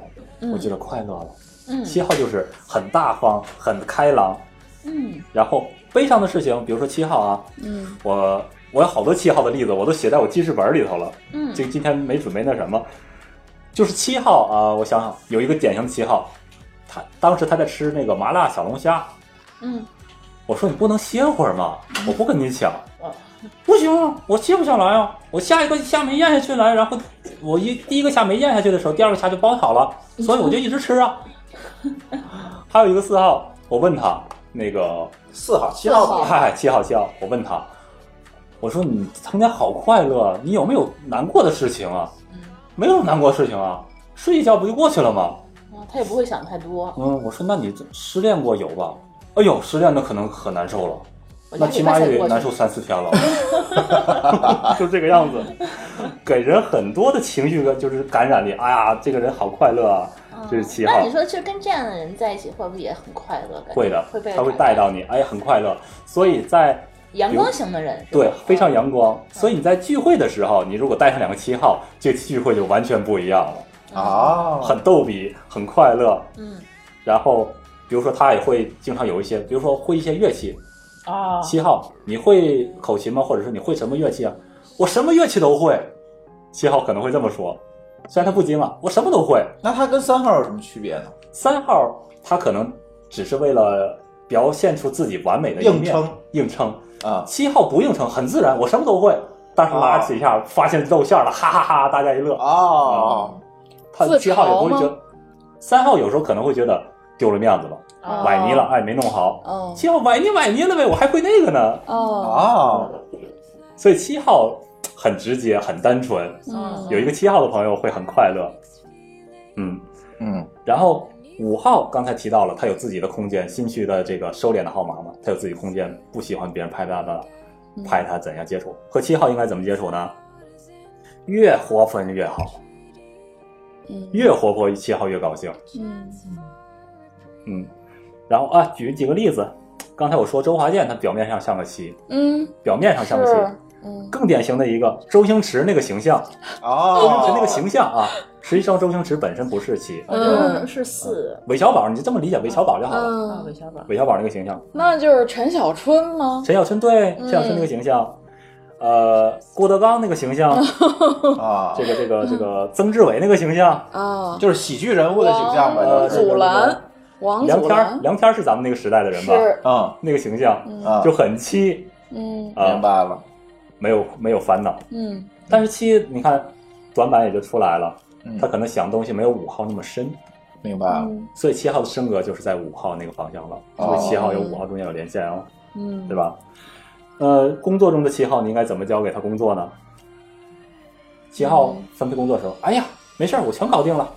我觉得快乐了。
嗯
七号就是很大方、很开朗，
嗯
然后悲伤的事情，比如说七号啊，
嗯
我我有好多七号的例子，我都写在我记事本里头了。
嗯
这个今天没准备那什么，就是七号啊、我想想，有一个典型的七号，他当时他在吃那个麻辣小龙虾，
嗯，
我说你不能歇会儿吗？我不跟你抢
嗯，
不行啊，我歇不下来啊，我下一个虾没咽下去来，然后我一第一个虾没咽下去的时候，第二个虾就包好了，所以我就一直吃
(laughs)
啊。还有一个四号，我问他那个
四号、七号
好
嗨，七号七号，我问他，我说你曾经好快乐，你有没有难过的事情啊？没有难过的事情啊，睡一觉不就过去了吗？
啊他也不会想太多，
嗯，我说那你失恋过有吧？哎呦，失恋那可能可难受了，
我觉
那
得
起
礼拜
码
才
也得
过去
难受三四天了， (laughs) 就这个样子，给人很多的情绪的，就是感染力。哎呀，这个人好快乐啊！这是七号
哦嗯那你说，就跟这样的人在一起，会不会也很快乐？感觉
会的
会被，
他会带到你，哎，很快乐。所以在
阳光型的人，是吧
对，非
嗯
常阳光。所以你在聚会的时候，你如果带上两个七号，这个聚会就完全不一样了，
哦
啊，
很逗比，很快乐。
嗯
然后，比如说他也会经常有一些，比如说会一些乐器。
啊，
七号，你会口琴吗？或者说你会什么乐器啊？我什么乐器都会。七号可能会这么说，虽然他不精啊，我什么都会。
那他跟三号有什么区别呢？
三号他可能只是为了表现出自己完美的一面，
硬撑，
硬撑。
啊，
七号不硬撑，很自然，我什么都会。但是拉起一下，发现露馅了，哈哈哈大家一乐。啊
哦，
他
自嘲
七号也不会觉
吗
得，三号有时候可能会觉得丢了面子了，
啊
哦
崴泥了，哎，没弄好。
哦
七号崴泥崴泥了呗，我还会那个呢。啊
哦，
哦，
所以七号很直接，很单纯。
嗯
有一个七号的朋友会很快乐，嗯。
嗯，
然后五号刚才提到了，他有自己的空间，心虚的这个收敛的号码嘛，他有自己空间，不喜欢别人拍他的，
嗯
拍他怎样接触。和七号应该怎么接触呢？越活泼越好，越活泼七号越高兴。嗯，然后啊，举几个例子，刚才我说周华健，他表面上像个七，
嗯，
表面上像个七，
是，嗯，
更典型的一个周星驰那个形象， (laughs) 周星驰
哦，
那个形象啊，实际上周星驰本身不是七，
我觉得是四
韦小宝，你就这么理解韦小宝就好了。
啊，
嗯，
韦小宝，
韦小宝那个形象，
那就是陈小春吗？
陈小春对陈小春那个形象，
嗯
呃，郭德纲那个
(laughs)
形象，
啊，
这个这个这个曾志伟那个形象，
啊，
就是喜剧人物的形象吧，
呃
就
王
是，
祖蓝，王
梁
祖
天儿
蓝
梁天儿是咱们那个时代的人吧？
是，
嗯
那个形象
啊，
就很七
嗯
啊
明，白了，
没有没有烦恼。
嗯
但是七，你看短板也就出来了，
嗯
他可能想东西没有五号那么深，
明白了，
嗯
所以七号的升格就是在五号那个方向了，
哦
因为七号有五号中间有连线哦，
嗯，
对？吧？呃，工作中的七号你应该怎么交给他工作呢？七号分配工作的时候，哎呀，没事儿，我全搞定了，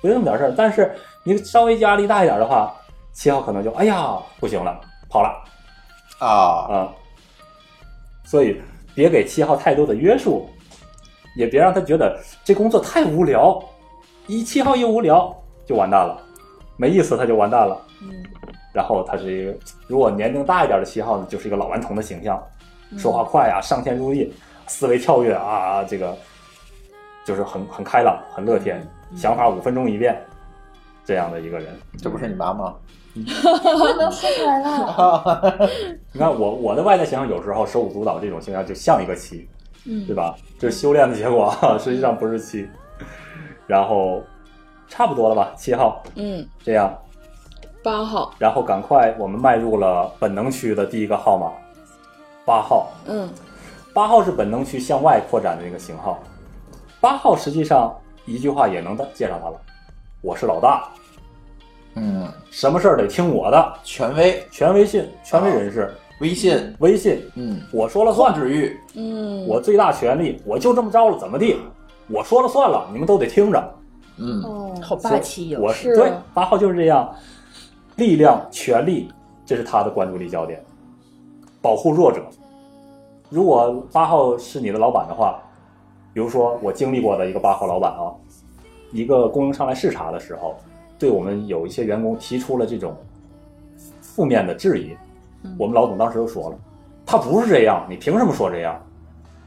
不就那么点事儿。但是你稍微压力大一点的话，七号可能就哎呀不行了，跑了啊、
啊，
所以别给七号太多的约束，也别让他觉得这工作太无聊，一七号一无聊就完蛋了，没意思他就完蛋了。
嗯
然后他是一个，如果年龄大一点的七号呢，就是一个老顽童的形象，
嗯
说话快啊，上天入地，思维跳跃啊，这个就是很很开朗，很乐天，想法五分钟一变。这样的一个人。
这不是你妈妈？
能说出来了。
你看我我的外在形象有时候手舞足蹈这种形象就像一个妻，
嗯
对吧？这是修炼的结果，啊，实际上不是妻。然后差不多了吧，七号
嗯，
这样，
八号，
然后赶快我们迈入了本能区的第一个号码，八号。
嗯
八号是本能区向外扩展的那个型号。八号实际上一句话也能介绍他了，我是老大，
嗯，
什么事儿得听我的，
权威、
权威性、权威人士、
微信，
威信，
嗯，
我说了
控
算，
制欲，
嗯，
我最大权利，我就这么着了，怎么地，我说了算了，你们都得听着。
嗯，
哦，
好霸气哟、
我
是
对八号就是这样，力量、权力，这是他的关注力焦点，保护弱者。如果八号是你的老板的话，比如说我经历过的一个八号老板啊，一个供应商来视察的时候，对我们有一些员工提出了这种负面的质疑，我们老总当时就说了，他不是这样，你凭什么说这样？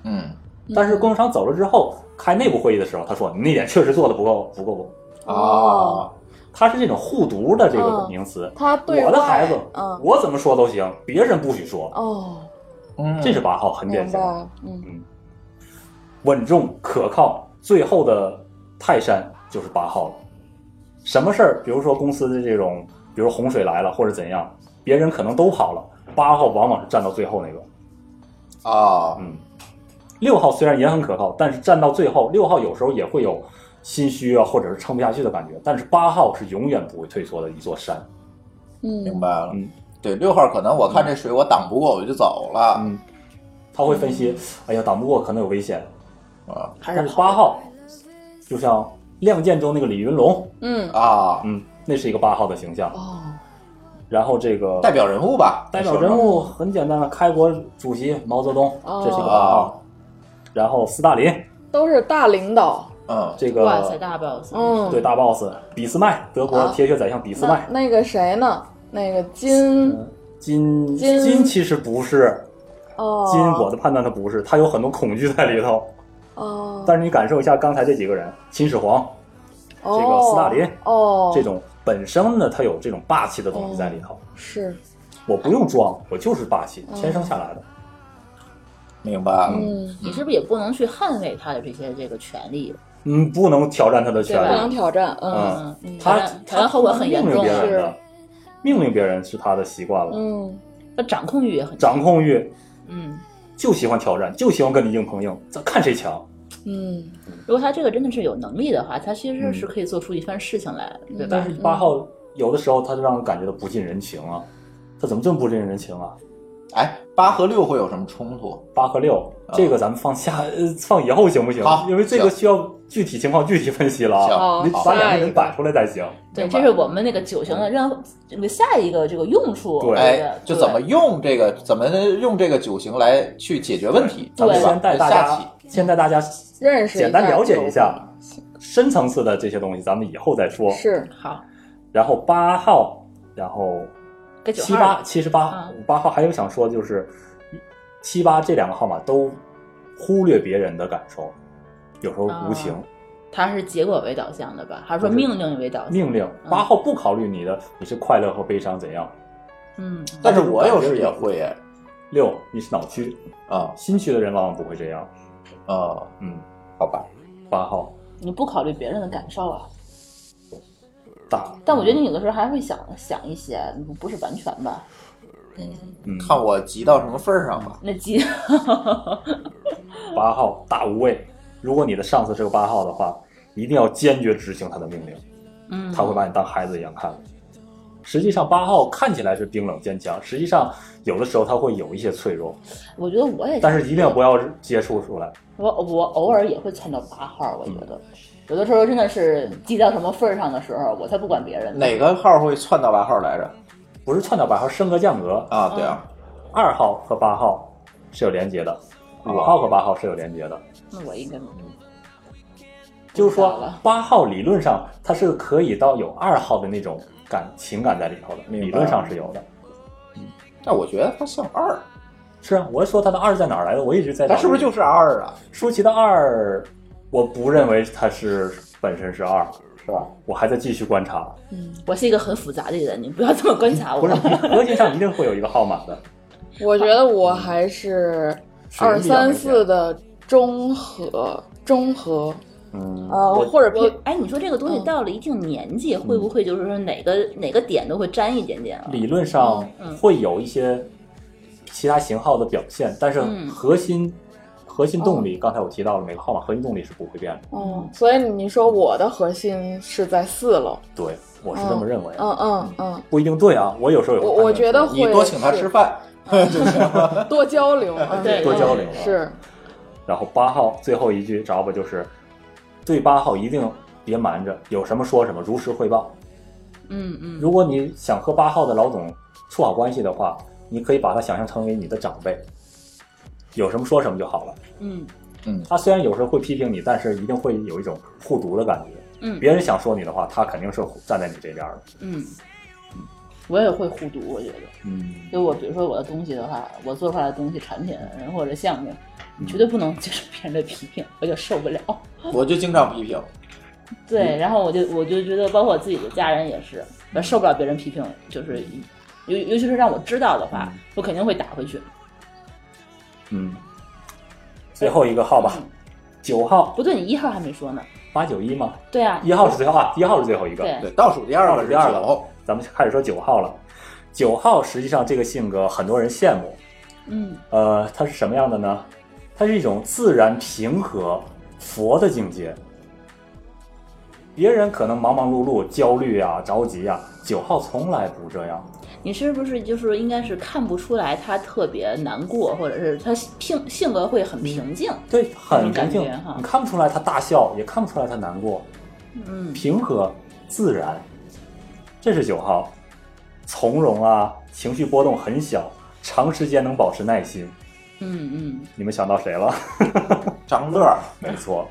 嗯，
但是供应商走了之后，开内部会议的时候，他说你那点确实做的不够不够
啊，
它是这种护犊的这个
哦嗯
名词。
他对
我的
外
孩子，
嗯，
我怎么说都行，别人不许说。
哦，
嗯，
这是八号，很典
明
型
白，，嗯
稳重可靠。最后的泰山就是八号了。什么事儿，比如说公司的这种，比如洪水来了或者怎样，别人可能都跑了，八号往往是站到最后那个。
啊，
嗯，六号虽然也很可靠，但是站到最后，六号有时候也会有心虚啊，或者是撑不下去的感觉。但是八号是永远不会退缩的一座山。
明
嗯，
白了
嗯。
对，六号可能我看这水我挡不过，我就走了嗯
嗯，他会分析，哎呀，挡不过可能有危险。
啊
但是八号，就像《亮剑》中那个李云龙，
嗯，
啊，
嗯，那是一个八号的形象。
哦，
然后这个
代表人物吧，
代表人物很简单了，开国主席毛泽东，
哦
这是一个八
啊
号。，然后斯大林，
都是大领导，
嗯，
这
哇塞，
个
大 boss，、
嗯，
对大 boss 俾斯麦，德国
啊
铁血宰相俾斯
那
麦。嗯
那个谁呢？那个金
金
金
金其实不是
哦，
金，我的判断他不是，他有很多恐惧在里头。
哦，
但是你感受一下刚才这几个人，秦始皇，
这
这个斯大林
哦，
这种本身呢，它有这种霸气的东西在里头。
是，
我不用装，我就是霸气，
哦
天生下来的。
明白
啊
了。
嗯，
你是不是也不能去捍卫他的这些这个权利？
嗯，不能挑战他的权
不能
利。
挑战，嗯
嗯，
嗯
他
挑战挑
他
战后果很严
命令
重
别人
啊，
的，命令别人是他的习惯了，
嗯，
那掌控欲也很
掌控欲
嗯。
就喜欢挑战，就喜欢跟你硬碰硬，咱看谁强。
嗯，
如果他这个真的是有能力的话，他其实是可以做出一番事情来，
嗯
对
但
吧
是？八号有的时候他就让人感觉到不近人情啊，他怎么这么不近人情啊？
哎，八和六会有什么冲突？啊
八和六这个咱们放下，呃，放以后行不行？
好
因为这个
行
需要具体情况具体分析了啊，
好
你把两
下
个
一
人
个，
摆出来才行。
对，这是我们那个九型的任何这个下一个这个用处，
嗯对
哎，就怎么
对
用这个，怎么用这个九型来去解决问题，
咱们
对
先带
吧？
大
下棋
家，先带大家
认识一下
简单了解一下深层次的这些东西，咱们以后再说。
是，
好？
然后八号，然后
该九
七
号
八
了
七十八
嗯
八号，还有想说就是七八这两个号码都忽略别人的感受，有时候无情、
啊他是结果为导向的吧？还是说
不是
命令为导向？
命令。
嗯
八号不考虑你的，你是快乐和悲伤怎样。
嗯，
但是我有时也会哎，
六，你是脑区，
啊
新区的人往往不会这样。
啊，
嗯，
好吧，
八号
你不考虑别人的感受啊。
大，
但我觉得你有的时候还会想想一些，不不是完全吧？
嗯，
看我急到什么份儿上吧。
那鸡，
八号大无畏。如果你的上司是个八号的话，一定要坚决执行他的命令。
嗯，
他会把你当孩子一样看。实际上，八号看起来是冰冷坚强，实际上有的时候他会有一些脆弱，
(laughs) 我觉得我也
但是一定不要接触出来。
我我偶尔也会看到八号，我觉得、有的时候真的是急到什么份儿上的时候，我才不管别人。
哪个号会窜到八号来着？
不是篡掉八号，升格降格。
啊，对啊，
二号和八号是有连接的，五号和八号是有连接的。
那我应该
就是
知道
说
了，
八号理论上它是可以到有二号的那种感情感在里头的，
明白
理论上是有的。
但我觉得他像二，
是啊，我说他的二在哪儿来的，我一直在
他
找。
是不是就是二啊？
舒淇的二？我不认为他是本身是二，是吧？我还在继续观
(laughs)
察。
嗯，我是一个很复杂的人，你不要这么观察我。
不是，核心上一定会有一个号码的。
我觉得我还
嗯
是二三四的中和，中和。
嗯，
呃，
我
或者
我
偏
哎，你说这个东西到了一定年纪，会不会就是说哪个哪个点都会沾一点点
嗯
啊？
理论上会有一些其他型号的表现，但是
嗯
核心核
哦
心动力，刚才我提到了，每个号码核心动力是不会变的。
嗯，所以你说我的核心是在四楼，
对，我是这
哦
么认为的。
嗯嗯嗯
不一定对啊，我有时候有
我
判断
我觉得
错
会你多请他吃
饭，
嗯，多交
(laughs)
流，嗯
对多交流啊
是，
然后八号最后一句找吧，就是对八号一定别瞒着，有什么说什么，如实汇报。
嗯嗯，
如果你想和八号的老总处好关系的话，你可以把他想象成为你的长辈，有什么说什么就好了。
嗯
嗯，
他虽然有时候会批评你，但是一定会有一种护犊的感觉。
嗯
别人想说你的话，他肯定是站在你这边的。
嗯，我也会互读，我觉得，
嗯，
就我比如说我的东西的话，我做出来的东西、产品或者项目，你绝对不能接受别人的批评，我就受不了。
我就经常批评，
嗯
对，然后我就我就觉得，包括我自己的家人也是，我受不了别人批评，就是尤尤其是让我知道的话，我肯定会打回去。
嗯，最后一个号吧，
嗯
九号
不对，你一号还没说呢。
八九一嘛，
对啊，
一号是最后啊，一号是最后一个，
对对
倒数第二个
倒数第二个，咱们开始说九号了。九号实际上这个性格很多人羡慕，
嗯
呃，它是什么样的呢？它是一种自然平和佛的境界。别人可能忙忙碌碌、焦虑啊、着急啊，九号从来不这样。
你是不是就是应该是看不出来他特别难过，或者是他性性格会很平静？
嗯对，很
感
平静
觉哈，
你看不出来他大笑，也看不出来他难过，
嗯，
平和自然，这是九号，从容啊，情绪波动很小，长时间能保持耐心。
嗯嗯，
你们想到谁了？
(laughs) 张乐，
没错，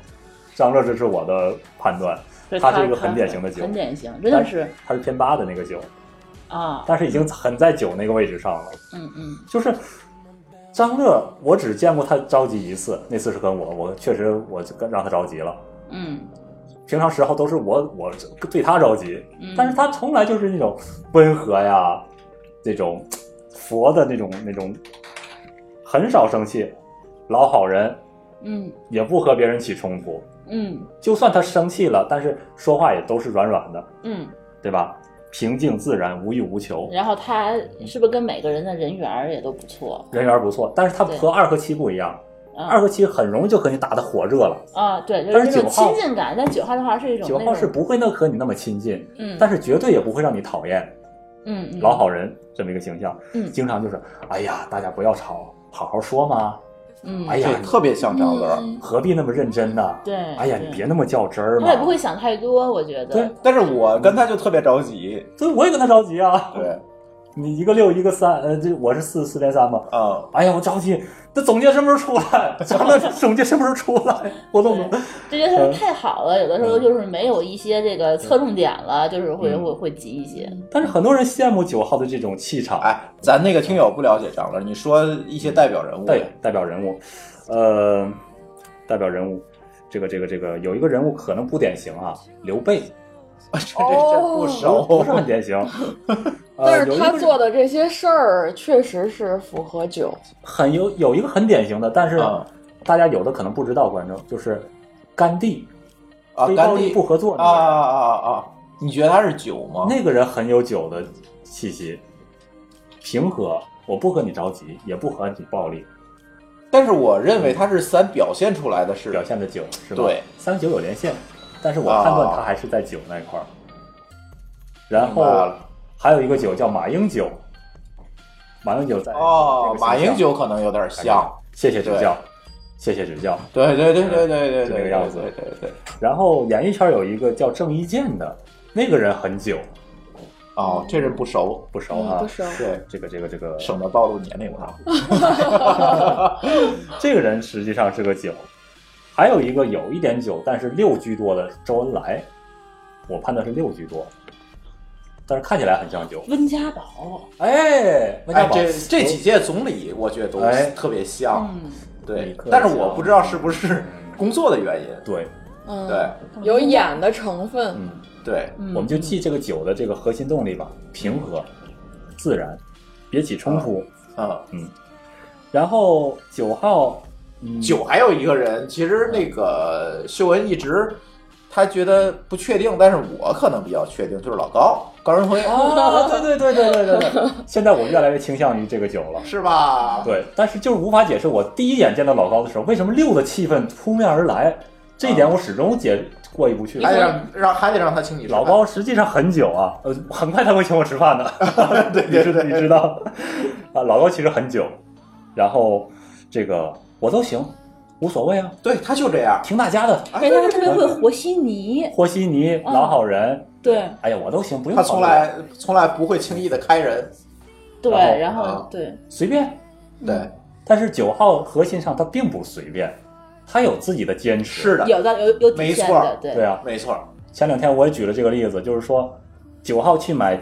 张乐这是我的判断
对，
他
他
是一个很
他
典型的九，
很典型真的
但
是，
他是偏八的那个九，
啊，
但是已经很在九那个位置上了。
嗯嗯
就是张乐，我只见过他着急一次，那次是跟我，我确实我就跟让他着急了。
嗯
平常时候都是我我对他着急
嗯，
但是他从来就是那种温和呀，那种呃佛的那种那种，很少生气，老好人，
嗯
也不和别人起冲突。
嗯
就算他生气了，但是说话也都是软软的，
嗯，
对吧？平静自然，无欲无求，
然后他是不是跟每个人的人缘儿也都不错
人缘不错。但是他
对
和二和七不一样，二和七很容易就和你打得火热了。
啊？对，就
但
是
是
这种
九号
亲近感。但九号的话是一种
九
那
号是
种
不会那和你那么亲近，
嗯
但是绝对也不会让你讨厌，
嗯嗯
老好人这么一个形象，
嗯
经常就是，哎呀，大家不要吵，好好说嘛，
嗯
哎呀，
这特别像张乐
嗯
何必那么认真呢？
对
哎呀，
对
你别那么较真儿嘛
他也。不会想太多，我觉
对
得。，
但是我跟他就特别着急，
对，我也跟他着急啊。
对，
你一个六，一个三，呃，这我是四四连三嘛。
啊，
哎呀，我着急，那总结什么时候出来？张乐总结什么时候出来？我都不
这件事太好了，有的时候就是没有一些这个侧重点了，就是会
嗯
会会急一些。
但是很多人羡慕九号的这种气场。
哎，咱那个听友不了解张乐，你说一些代表人物，
对，代表人物，呃，代表人物，这个这个这个有一个人物可能不典型啊，刘备，
(laughs)
哦
这这不
不是
熟，
很典
(laughs)
型，
但
呃有
是
一
他
个
做的这些事儿确实是符合九，
很有有一个很典型的，但是
啊
大家有的可能不知道，观众就是甘地，
啊，
非
甘
暴力
地
不合作
啊
那个人
啊啊啊！你觉得他是酒吗？
那个人很有酒的气息，平和，我不和你着急，也不和你暴力，嗯
但是我认为他是三表现出来的是
表现的酒是吧？
对，啊
三九有连线，但是我判断他还是在酒那一块儿。然后
明白了
还有一个酒叫马英九，马英九在
哦，马英九
九
可能有点像，
谢谢指教，谢谢指教。
对对对对对对
就这个
对
样子
对对对，
然后演艺圈有一个叫郑伊健的，那个人很久
哦，这人不熟，
不熟啊，
嗯不熟
对，
这个这个这个，
省得暴露年龄了。
(laughs) 这个人实际上是个酒。还有一个有一点酒，但是六居多的周恩来，我判断是六居多，但是看起来很像酒。
温家宝，
哎，温家
哎，
宝
这这几届总理我觉得都
哎
特别像，
嗯
对
李克，
但是
强
我不知道是不是工作的原因，
对，嗯
嗯，
对，
有演的成分，
对，
我们就记这个酒的这个核心动力吧，平和、自然，别起冲突。
啊，
嗯。然后九号，嗯
九还有一个人，其实那个秀恩一直他觉得不确定，但是我可能比较确定，就是老高高仁辉。
啊，对对对对对对对。 (laughs) 现在我越来越倾向于这个酒了，
是吧？
对，但是就是无法解释，我第一眼见到老高的时候，为什么六的气氛扑面而来，这一点我始终解过意不去。
啊还得让让还得让他请你吃饭
老高实际上很久啊，呃，很快他会请我吃
(laughs)
饭的。对对对，你知道啊，老高其实很久，然后这个我都行，无所谓啊。
对，他就这样，哎
听大家的。嗯
而且他特别会和稀泥，
和稀泥
嗯
老好人，
对
哎呀，我都行，不用
他
考
从
虑
来从来不会轻易的开人，
对，
然
然
后
后对，
随便。
嗯
对，
但是九号核心上他并不随便，他有自己的坚持。
是的，
有的有有底
没
线
错
的，，对
对啊，
没错
前两天我也举了这个例子，就是说九号去买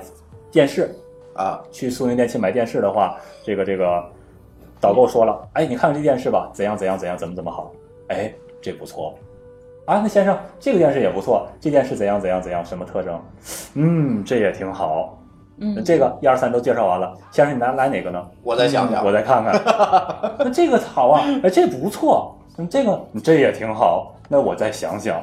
电视，
啊，
去苏宁电器买电视的话，这个这个导购说了，哎，你看看这电视吧，怎样怎样怎样，怎么怎么好，哎，这不错。啊，那先生，这个电视也不错，这电视怎样怎样怎样，什么特征？嗯，这也挺好。那
嗯，
这个一二三都介绍完了，先生你拿来哪个呢？嗯
我再想想
我再看
(laughs)
看。那这个好啊，哎，这不错，嗯，这个这也挺好。那我再想想，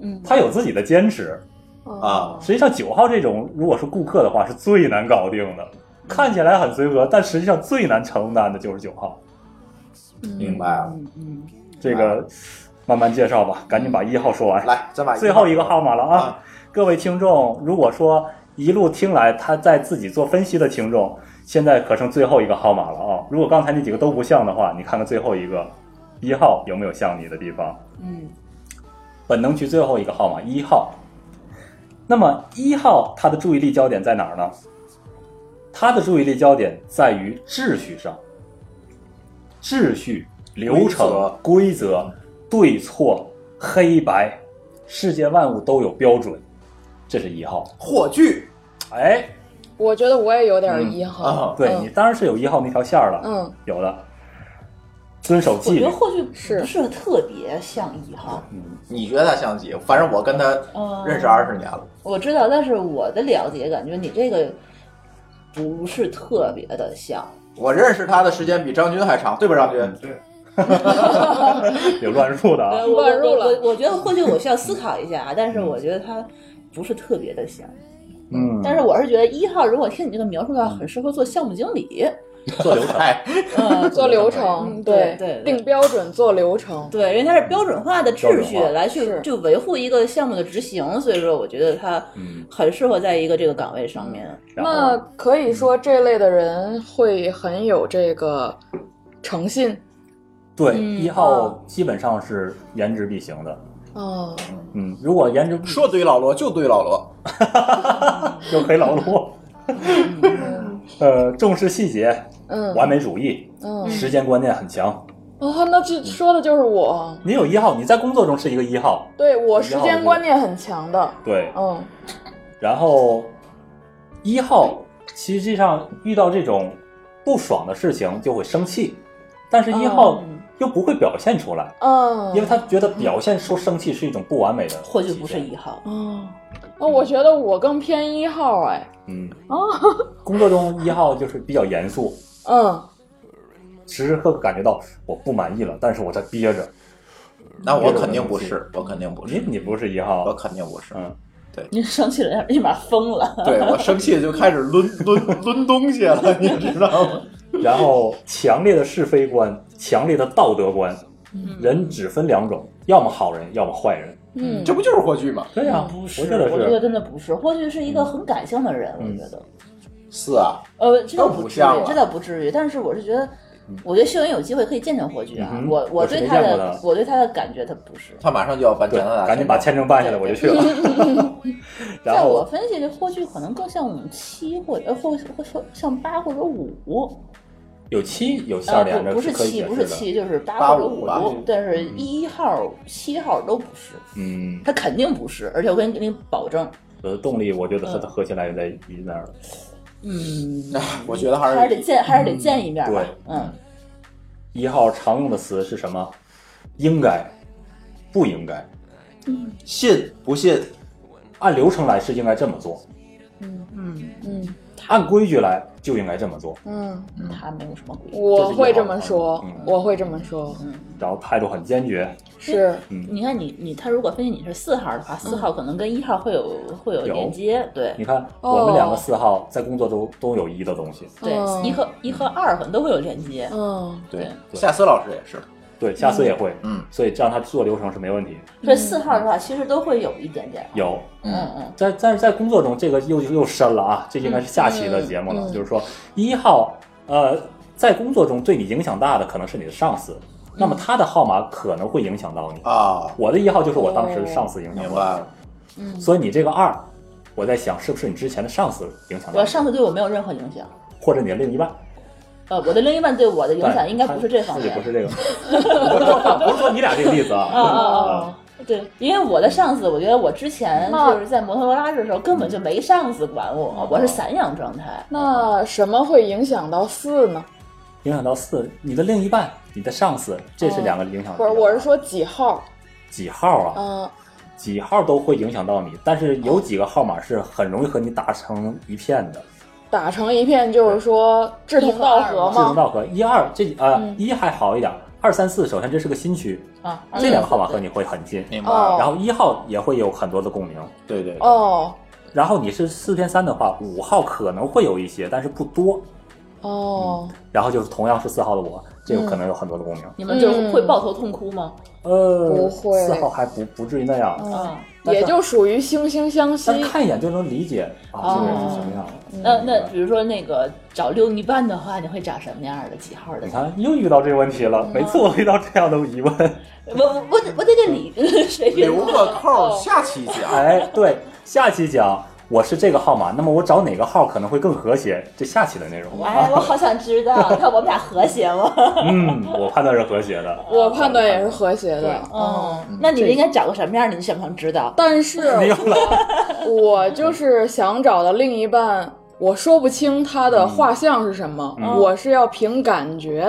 嗯，哦
他有自己的坚持。
嗯
啊，
实际上九号这种如果是顾客的话，是最难搞定的。看起来很随和，但实际上最难承担的就是九号。
明白了。
这个慢慢介绍吧，赶紧把一号说完。
嗯来，咱把
最后一个号码了啊！
啊
各位听众，如果说一路听来他在自己做分析的听众，现在可剩最后一个号码了啊！如果刚才那几个都不像的话，你看看最后一个一号有没有像你的地方？
嗯，
本能区最后一个号码一号。那么一号他的注意力焦点在哪儿呢？他的注意力焦点在于秩序上，秩序、流程、规则、对错、黑白，世界万物都有标准，这是一号。
火炬
哎，
我觉得我也有点一号，
啊，
对
嗯
你当然是有一号那条线儿了，
嗯，
有的，遵守
我
纪
觉
律
得。或许
是
不是特别像一号，
你觉得他像几？反正我跟他
哦
嗯
认识二十年了，
我知道，但是我的了解感觉你这个不是特别的像，
我认识他的时间比张军还长，对吧？张军， (laughs) 对，
有嗯乱入的啊
呃，我
乱入了
我我我觉得或许我需要思考一下，啊但是我觉得它不是特别的像。
嗯，
但是我是觉得一号，如果听你这个描述的话，很适合做项目经理。
做流程，
哎，
嗯，
做流程，
嗯对对对
定标准做流程，
对，因为它是标准化的秩序
标准化
来去
是
就维护一个项目的执行，所以说我觉得它
嗯，
很适合在一个这个岗位上面。
然
那
后
可以说这类的人会很有这个诚信，
对
嗯
一号基本上是言之必行的。
哦
嗯，
嗯，如果言之不
说怼老罗就怼老罗，
(laughs) 就可以老罗，
嗯
呃，重视细节，
嗯
完美主义，
嗯
时间观念很强。
啊，那这说的就是我，
你有一号，你在工作中是一个一号，
对我
一号
时间观念很强的，
对，
哦
嗯
然后一号实际上遇到这种不爽的事情就会生气，但是一
哦
号又不会表现出来，
嗯，
因为他觉得表现出生气是一种不完美的，
或许不是一，号，
嗯，那我觉得我更偏一号，哎，
嗯，
哦
工作中一号就是比较严肃，
(laughs) 嗯，
时时刻刻感觉到我不满意了，但是我在憋着。
那我肯定不是，我肯定不
你
是，
你不是一
我
号，
肯定不是。
嗯，
你生气了，立马疯
(laughs)
了。
对我
(laughs)
生气就开始抡抡抡东西了，你知道吗？
(laughs) 然后强烈的是非观，强烈的道德观，人只分两种，要么好人，要么坏人。
嗯
这不就是火炬吗？
对呀，
不
我
是，
觉得
我觉得
是，
真的不是，或许是一个很感性的人，
嗯
我觉得。
是啊，
呃，这倒
更不
不至
像了
于，这倒不至于。但是我是觉得，我觉得秀恩有机会可以见见火炬啊。
嗯嗯哼
我
我是
对
没
他
见过
的
的，
我对他的感觉，他不是。
他马上就要搬
对
加拿大，，
赶紧把签证办下来，我就去了。 (laughs) 然
在我
后
分析，这霍炬可能更像七或者呃或或或像八或者五，
有七有下
呃
连着
不不是
可以
七
解
不
释
是
的，
七就是八
八
或者
五吧
但是一号、七号都不是，
嗯，
他肯定不是，而且我跟你保证，
我的动力我觉得它的核心来源在于那儿了。
嗯，
(laughs)
哎我觉得还
还是
是
得见还是得见一面吧
对，
嗯，
一号常用的词是什么？应该，不应该，
嗯
信不信？
按流程来是应该这么做，
嗯嗯
嗯
按规矩来就应该这么做。
嗯，
他没有什么规矩。
我会这么
哦
说，
嗯
我会这么说，嗯
然后态度很坚决，
是嗯
嗯
你看你你他如果分析你是四号的话，四号可能跟一号会有会有
有
连接，对
你看
哦
我们两个四号在工作中都有一的东西，
对，一和一和二可能都会有连接，
嗯，
对，
夏思老师也是，
对，夏思也会，
嗯，
所以让他做流程是没问题，
嗯
所以四号的话其实都会有一点点，
有，
嗯嗯
在但是在工作中，这个又又深了啊，这应该是下期的节目了。
嗯嗯
就是说，一号，呃，在工作中对你影响大的可能是你的上司，那
嗯
么他的号码可能会影响到你
啊。
我的一号就是我当
哦
时上司影响
明
到
白
的，
了。
嗯，
所以你这个二，我在想是不是你之前的上司影响
我
到
的
你，
上司对我没有任何影响，
或者你的另一半
呃，我的另一半对我的影响应该不是这方
自己不
面， (laughs)
是这个，不是说不是说你俩这个例子啊，
啊啊啊！对，因为我的上司，我觉得我之前
哦
就是在摩托罗拉的时候根本就没上司管
哦
我，我是散养状态。
那什么会影响到四呢？
影响到四，你的另一半，你的上司，这是两个影响。
不是，我是说几号？
几号啊？
嗯，
几号都会影响到你，但是有几个号码是很容易和你打成一片的，
打成一片就是说志同道合
志同
吗？
道合。一二这呃
嗯
一还好一点，二三四首先这是个新区，
啊，
这两个号码和你会很近，
嗯明白
哦
了。
然后一号也会有很多的共鸣。
对对，对
哦
然后你是四偏三的话，五号可能会有一些，但是不多。
哦，
然后就是同样是四号的我，这个可能有很多的共鸣。
你们就是会抱头痛哭吗？
呃，
嗯不会嗯
四号还不不至于那样，
啊，
但是
也就属于惺惺相惜
但。看一眼就能理解啊，这个人是什么样的。
那那比如说那个找另一半的话，你会找什么样的几号的
你？看，哎又遇到这个问题了。每次我遇到这样的疑问，
我我我得我得给
嗯
你 (laughs) 谁给
留个扣，下期讲。
哎，对，下期讲我是这个号码，那么我找哪个号可能会更和谐？这下期的内容
哎，
啊，
我好想知道，看我们俩和谐吗？
(laughs) 嗯，我判断是和谐的。
(laughs) 我判断也是哦和谐的，
嗯，那你们应该找个什么样的？你想不想知道？
(laughs)
但是
没有了，
我就是想找的另一半，我说不清他的画像是什么，
嗯
我是要凭感觉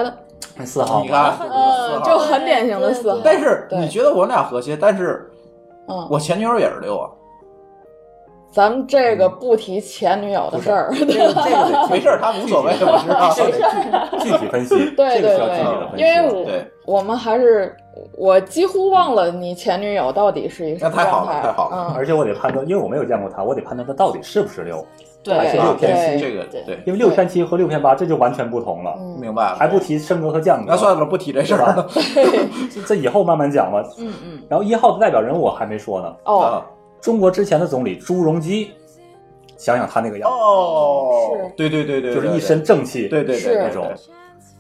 的，
四号
你，看，这
呃，
嗯
个四号。
就很典型的四号。
但是
对
你觉得我们俩和谐，但是
嗯，
我前女友也是六啊，
咱们这个不提前女友的事儿，对 (laughs)
这个得
没事儿，她无所谓，我知道。
具体分析，这
对
个
对
需要具体的
对，
分
因为
析了。
对
我我们还是我几乎忘了你前女友到底是一个什么
那太好
状
了
态，
太好了
而且我得判断，因为我没有见过他，我得判断他到底是不是六，还是
对
六
啊
偏七。
这个
对
对，
因为六偏七和六偏八这就完全不同了，
嗯，
明白了。
还不提升格和降格。
那算了，不提这事儿了。
这 (laughs) 这以后慢慢讲吧。
嗯嗯，
然后一号的代表人物我还没说呢，
哦，
啊
中国之前的总理朱镕基，想想他那个样子，
哦，对对对对，
就是一身正气，
对对对
是
那种。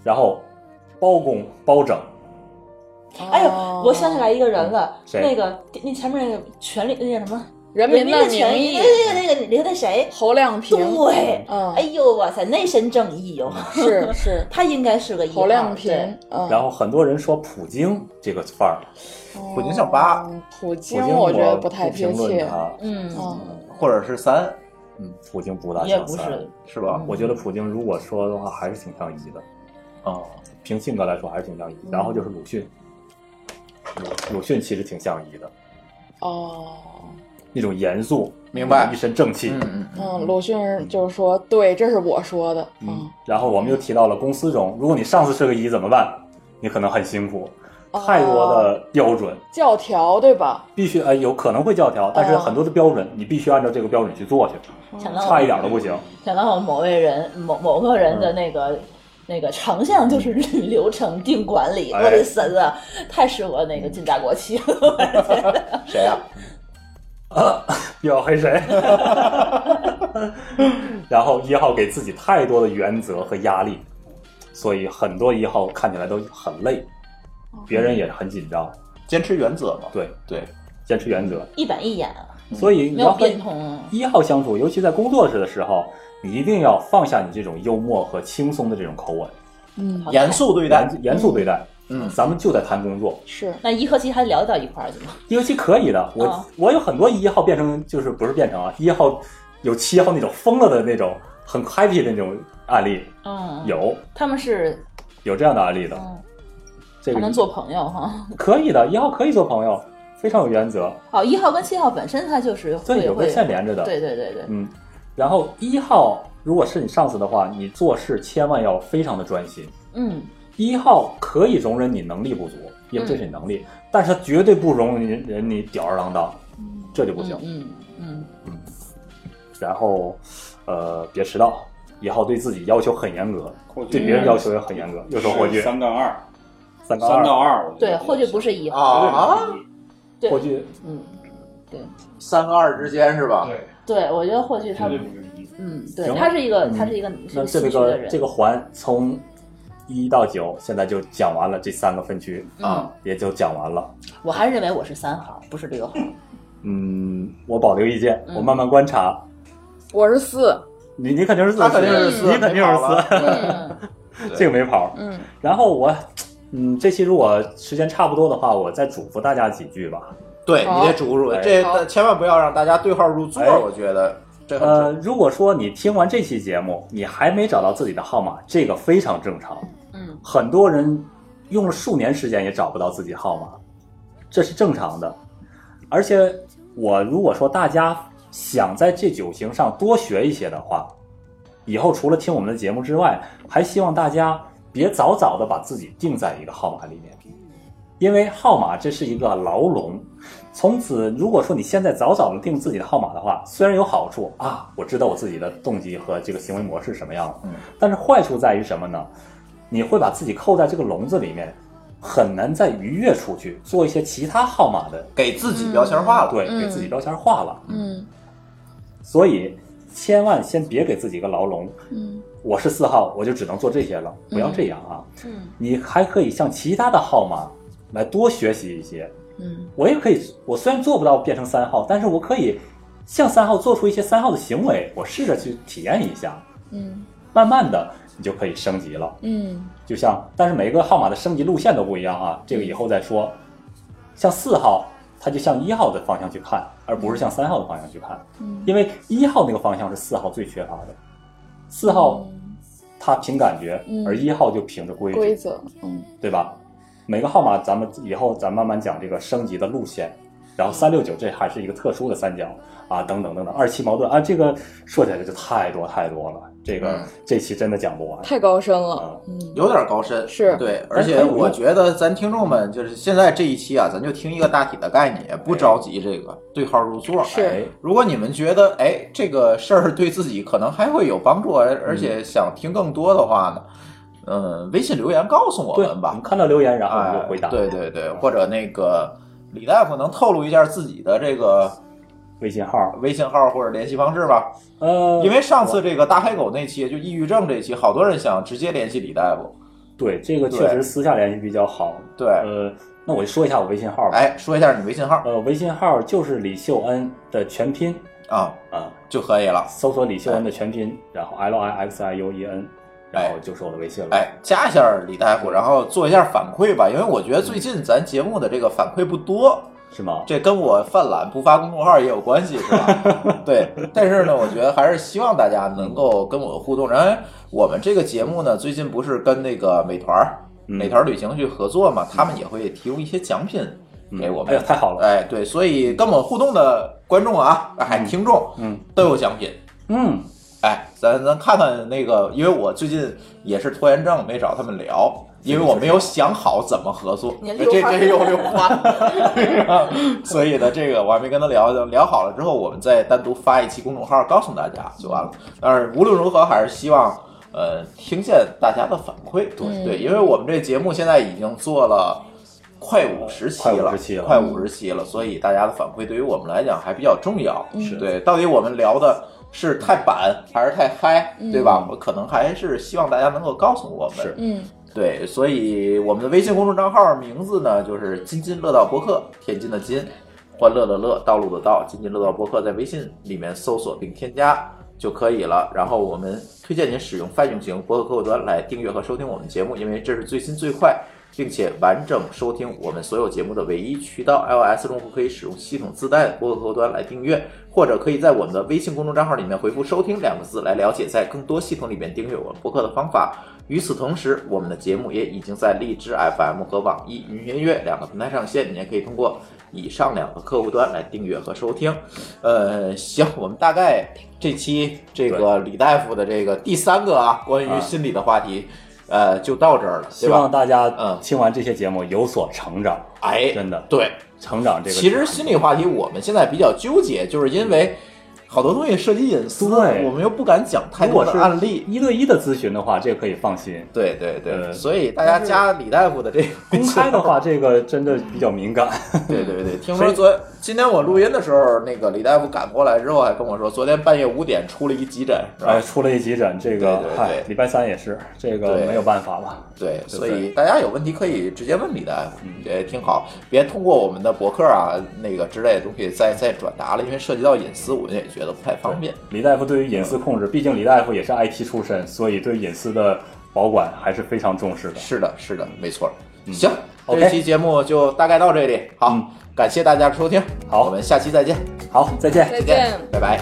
然后包公包拯，
哎呦，我想起来一个人了，
哦嗯谁
那个那前面那个权力那叫什么？
人民
的
的名
义，
义，
那个那个那个那谁？
侯亮平，
对，
嗯
哎呦哇塞，那身正义哟，
(laughs) 是是
(laughs) 他应该是个一号
侯亮平
对，
嗯，
然后很多人说普京这个范儿，
普京像八，
嗯普
普
京
京
我觉得
不
太贴
评论
切，
他，
嗯，
嗯，
或者是三，
嗯，普京不大
也
像
不
三，
是，嗯
是吧？
我觉得普京如果说的话还是挺像一的，啊
哦，
凭性格来说还是挺像一。然后就是鲁迅，鲁鲁迅其实挺像一的，
哦，
那种严肃，
明白
一身正气，
嗯嗯嗯，
嗯，鲁迅就是说，对，这是我说的，嗯，
然后我们又提到了公司中，如果你上司是个一怎么办？你可能很辛苦，
哦
太多的标准，
教条对吧？
必须呃有可能会教条，但
哦
是很多的标准你必须按照这个标准去做去，
想
差
到
一点都不嗯行。
想到某位人某某个人的那个。那个长项就是捋流程、定管理，我
哎嗯
的神啊，太适合那个进大国企了。我觉得
谁呀？
又要啊黑谁？ (laughs) 然后一号给自己太多的原则和压力，所以很多一号看起来都很累， (laughs) 别人也很紧张。
坚持原则嘛。
对，
对，
坚持原则，
一板一眼，啊
所以嗯你
没有
要和
变通。啊
一号相处，尤其在工作时的时候，你一定要放下你这种幽默和轻松的这种口吻，
嗯，
严肃对待。
严严肃对待。
嗯
咱们就在谈工作，
是，
那一和七还聊到一块儿去吗？
一个期可以的。我、
哦
我有很多一号变成就是不是变成啊，一号有七号那种疯了的那种很 happy 的那种案例，
嗯，
有
他们是
有这样的案例的。
嗯，
这
还
个
能做朋友哈。 (laughs)
可以的，一号可以做朋友，非常有原则。
好，一号跟七号本身它就是
这
会
有
会
根线连着的
对对对对，
嗯，然后一号如果是你上司的话，你做事千万要非常的专心。
嗯，
一号可以容忍你能力不足，因为这是你能力，但是他绝对不容忍你吊儿郎当，这就不行。
嗯嗯
然后，呃，别迟到。一号对自己要求很严格
扣，
对
分
别人要求也很严格。又说火炬
是三杠二，
三杠
三杠二
嗯，对，霍炬不是一号
啊，
对，
霍炬，
嗯，对
三个二之间是吧？
对，
对，我觉得霍炬他，嗯，对，他是一个，他是一个，是
那
个
这
心虚的
个
人，
这个环从一到九，现在就讲完了这三个分区啊
嗯，
也就讲完了。
我还认为我是三号，不是六号。
嗯，我保留意见，
嗯
我慢慢观察。
我是四，
你你肯定是四，
他肯定是四
你肯定是 (laughs)
嗯
四，这个没跑。
嗯，
然后我，嗯，这期如果时间差不多的话，我再嘱咐大家几句吧。
对
好
你得逐入，
哎
这
好
千万不要让大家对号入座，
哎
我觉得这很重要
呃，如果说你听完这期节目，你还没找到自己的号码，这个非常正常。
嗯，
很多人用了数年时间也找不到自己号码，这是正常的。而且，我如果说大家想在这九型上多学一些的话，以后除了听我们的节目之外，还希望大家别早早的把自己定在一个号码里面，因为号码这是一个牢笼。从此，如果说你现在早早的定自己的号码的话，虽然有好处啊，我知道我自己的动机和这个行为模式是什么样的，但是坏处在于什么呢？你会把自己扣在这个笼子里面，很难再逾越出去，做一些其他号码的，
给自己标签化了
对，
嗯
给自己标签化了。
嗯
所以，千万先别给自己一个牢笼。
嗯
我是四号，我就只能做这些了，不要这样啊！
嗯
你还可以向其他的号码来多学习一些。
嗯
我也可以，我虽然做不到变成三号，但是我可以向三号做出一些三号的行为，我试着去体验一下，
嗯
慢慢的你就可以升级了。
嗯
就像，但是每个号码的升级路线都不一样啊，这个以后再说。像四号，它就向一号的方向去看，而不是向三号的方向去看，
嗯
因为一号那个方向是四号最缺乏的。四号它凭感觉，
嗯
而一号就凭着规
规
矩，
则，嗯
对吧？每个号码咱们以后咱慢慢讲这个升级的路线。然后三六九这还是一个特殊的三角啊，等等等等，二七矛盾啊，这个说起来就太多太多了，这个、这期真的讲不完。
太高深了，
有点高深，
是
对，
但
而
是
且
很有
我
用
觉得咱听众们就是现在这一期啊，咱就听一个大体的概念，不着急这个对号入座。
是
哎如果你们觉得哎这个事儿对自己可能还会有帮助，而而且想听更多的话呢，嗯，微信留言告诉我们吧。我们
看到留言，然后我们就回答
对对对，或者那个李大夫能透露一下自己的这个
微信号、
微信号或者联系方式吧？
呃，
因为上次这个大黑狗那期就抑郁症这期，好多人想直接联系李大夫。
对，这个确
对
实私下联系比较好。
对，
呃，那我就说一下我微信号吧。
哎，说一下你微信号。
呃，微信号就是李秀恩的全拼
啊
啊
就可以了。
搜索李秀恩的全拼，然后 L I X I U E N，然后就是我的微信了。
哎，加一下李大夫，然后做一下反馈吧，因为我觉得最近咱节目的这个反馈不多，
是吗？
这跟我犯懒不发公众号也有关系，是
(laughs)
吧？对，但是呢，我觉得还是希望大家能够跟我互动。然后我们这个节目呢，最近不是跟那个美团儿、
嗯
美团旅行去合作嘛，他们也会提供一些奖品给我们。
哎呀太好了！
哎，对，所以跟我互动的观众啊，哎，听众，
嗯，
都有奖品。
嗯，
哎，咱咱看看那个，因为我最近也是拖延症，没找他们聊，因为我没有想好怎么合作。
你
这
溜花
这又溜花， (laughs) 所以呢，这个我还没跟他聊，聊好了之后，我们再单独发一期公众号告诉大家就完了。但是无论如何，还是希望呃听见大家的反馈。
对
对，因为我们这节目现在已经做了。快五十期了，快五十期了，所以大家的反馈对于我们来讲还比较重要。
是
对，到底我们聊的是太板还是太嗨，
嗯
对吧？我可能还是希望大家能够告诉我们。
嗯
对，所以我们的微信公众账号名字呢，就是“津津乐道播客”，天津的津，欢乐的乐，道路的道，津津乐道播客，在微信里面搜索并添加就可以了。然后我们推荐您使用泛用型播客客户端来订阅和收听我们节目，因为这是最新最快。并且完整收听我们所有节目的唯一渠道，iOS 用户可以使用系统自带的播客客户端来订阅，或者可以在我们的微信公众账号里面回复“收听”两个字来了解在更多系统里面订阅我们播客的方法。与此同时，我们的节目也已经在荔枝 FM 和网易云音乐两个平台上线，你也可以通过以上两个客户端来订阅和收听。呃，行，我们大概这期这个李大夫的这个第三个啊，关于心理的话题，呃，就到这儿了，
希
对吧？
望大家嗯听完这些节目有所成长。
哎，
真的
对
成长这个
其实心理话题我们现在比较纠结，就是因为好多东西涉及隐私，
对
我们又不敢讲太
如
多
果
的
是
案例。
一对一的咨询的话，这个可以放心。
对对对，
呃
所以大家加李大夫的这个
公开的话，这个真的比较敏感。
对对对，听
(laughs) 所
说
以
昨今天我录音的时候，那个李大夫赶过来之后还跟我说，昨天半夜五点出了一急诊，是吧
哎，出了一急诊，这个
对对对
嗨，礼拜三也是，这个
对
没有办法了。
对，嗯所
对
以大家有问题可以直接问李大夫，也挺好，别通过我们的博客啊那个之类的东西再再转达了，因为涉及到隐私，我们也觉得不太方便。
李大夫对于隐私控制，毕竟李大夫也是 IT 出身，所以对隐私的保管还是非常重视的。
是的，是的，没错。行，
OK
嗯这期节目就大概到这里，好，感谢大家的收听，好，我们下期再见，
好，再见
再见，
拜拜。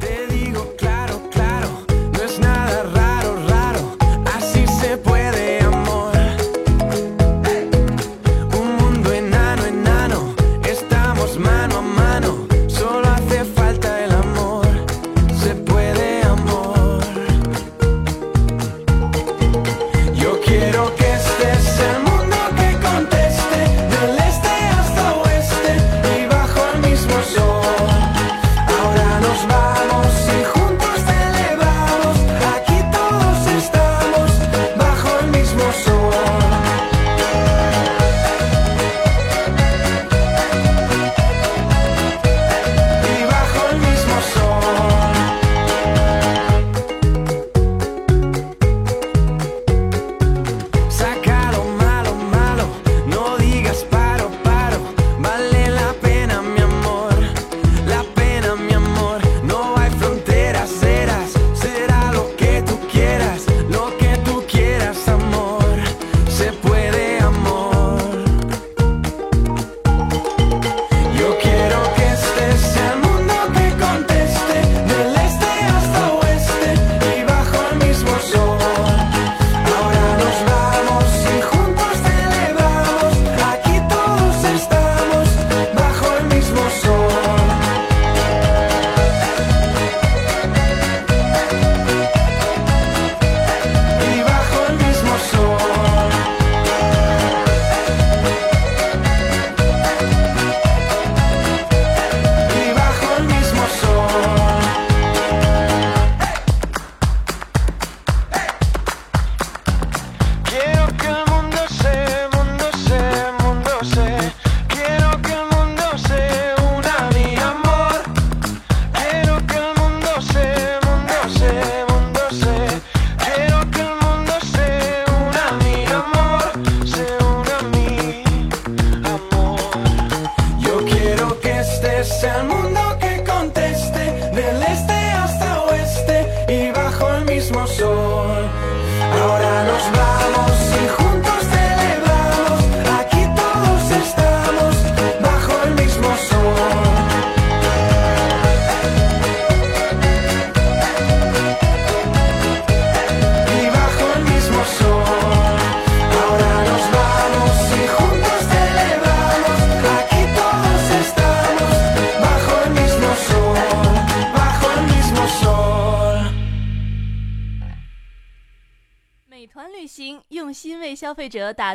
Te digo claro, claro, no es nada raro, raro, así se puede amor. Un mundo enano, enano, estamos mano a mano, solo hace falta el amor, se puede amor. Yo quiero que estés el mundo que conteste, del este hasta oeste y bajo el mismo sol. Ahora nos vamos y juntos celebramos. Aquí todos estamos bajo el mismo sol. Y bajo el mismo sol. Saca lo malo, malo. No digas paro, paro. Vale la pena, mi amor. La pena, mi amor, no hay fronteras, serás, será lo que tú quieras, lo que tú quieras, amor, se puede amor. Yo quiero que estés el mundo que conteste, del este hasta oeste y bajo el mismo sol. Ahora nos vamos y juntos celebramos, aquí todos estamos bajo el mismo sol. Y bajo el mismo sol Y bajo el mismo sol Quiero que el mundo se, mundo se, mundo se Quiero que el mundo se una a mi amor Quiero que el mundo se, mundo se, mundo se Quiero que el mundo se una a mi amor Se una a mi amor Yo quiero que estés el mundo que conteste Del este hasta oeste y bajo el mismo sol Ahora nos vamos y juntos celebramos Aquí todos estamos bajo el mismo sol Y bajo el mismo sol Ahora nos vamos y juntos celebramos Aquí todos estamos bajo el mismo sol Bajo el mismo sol
美团旅行用心为消费者打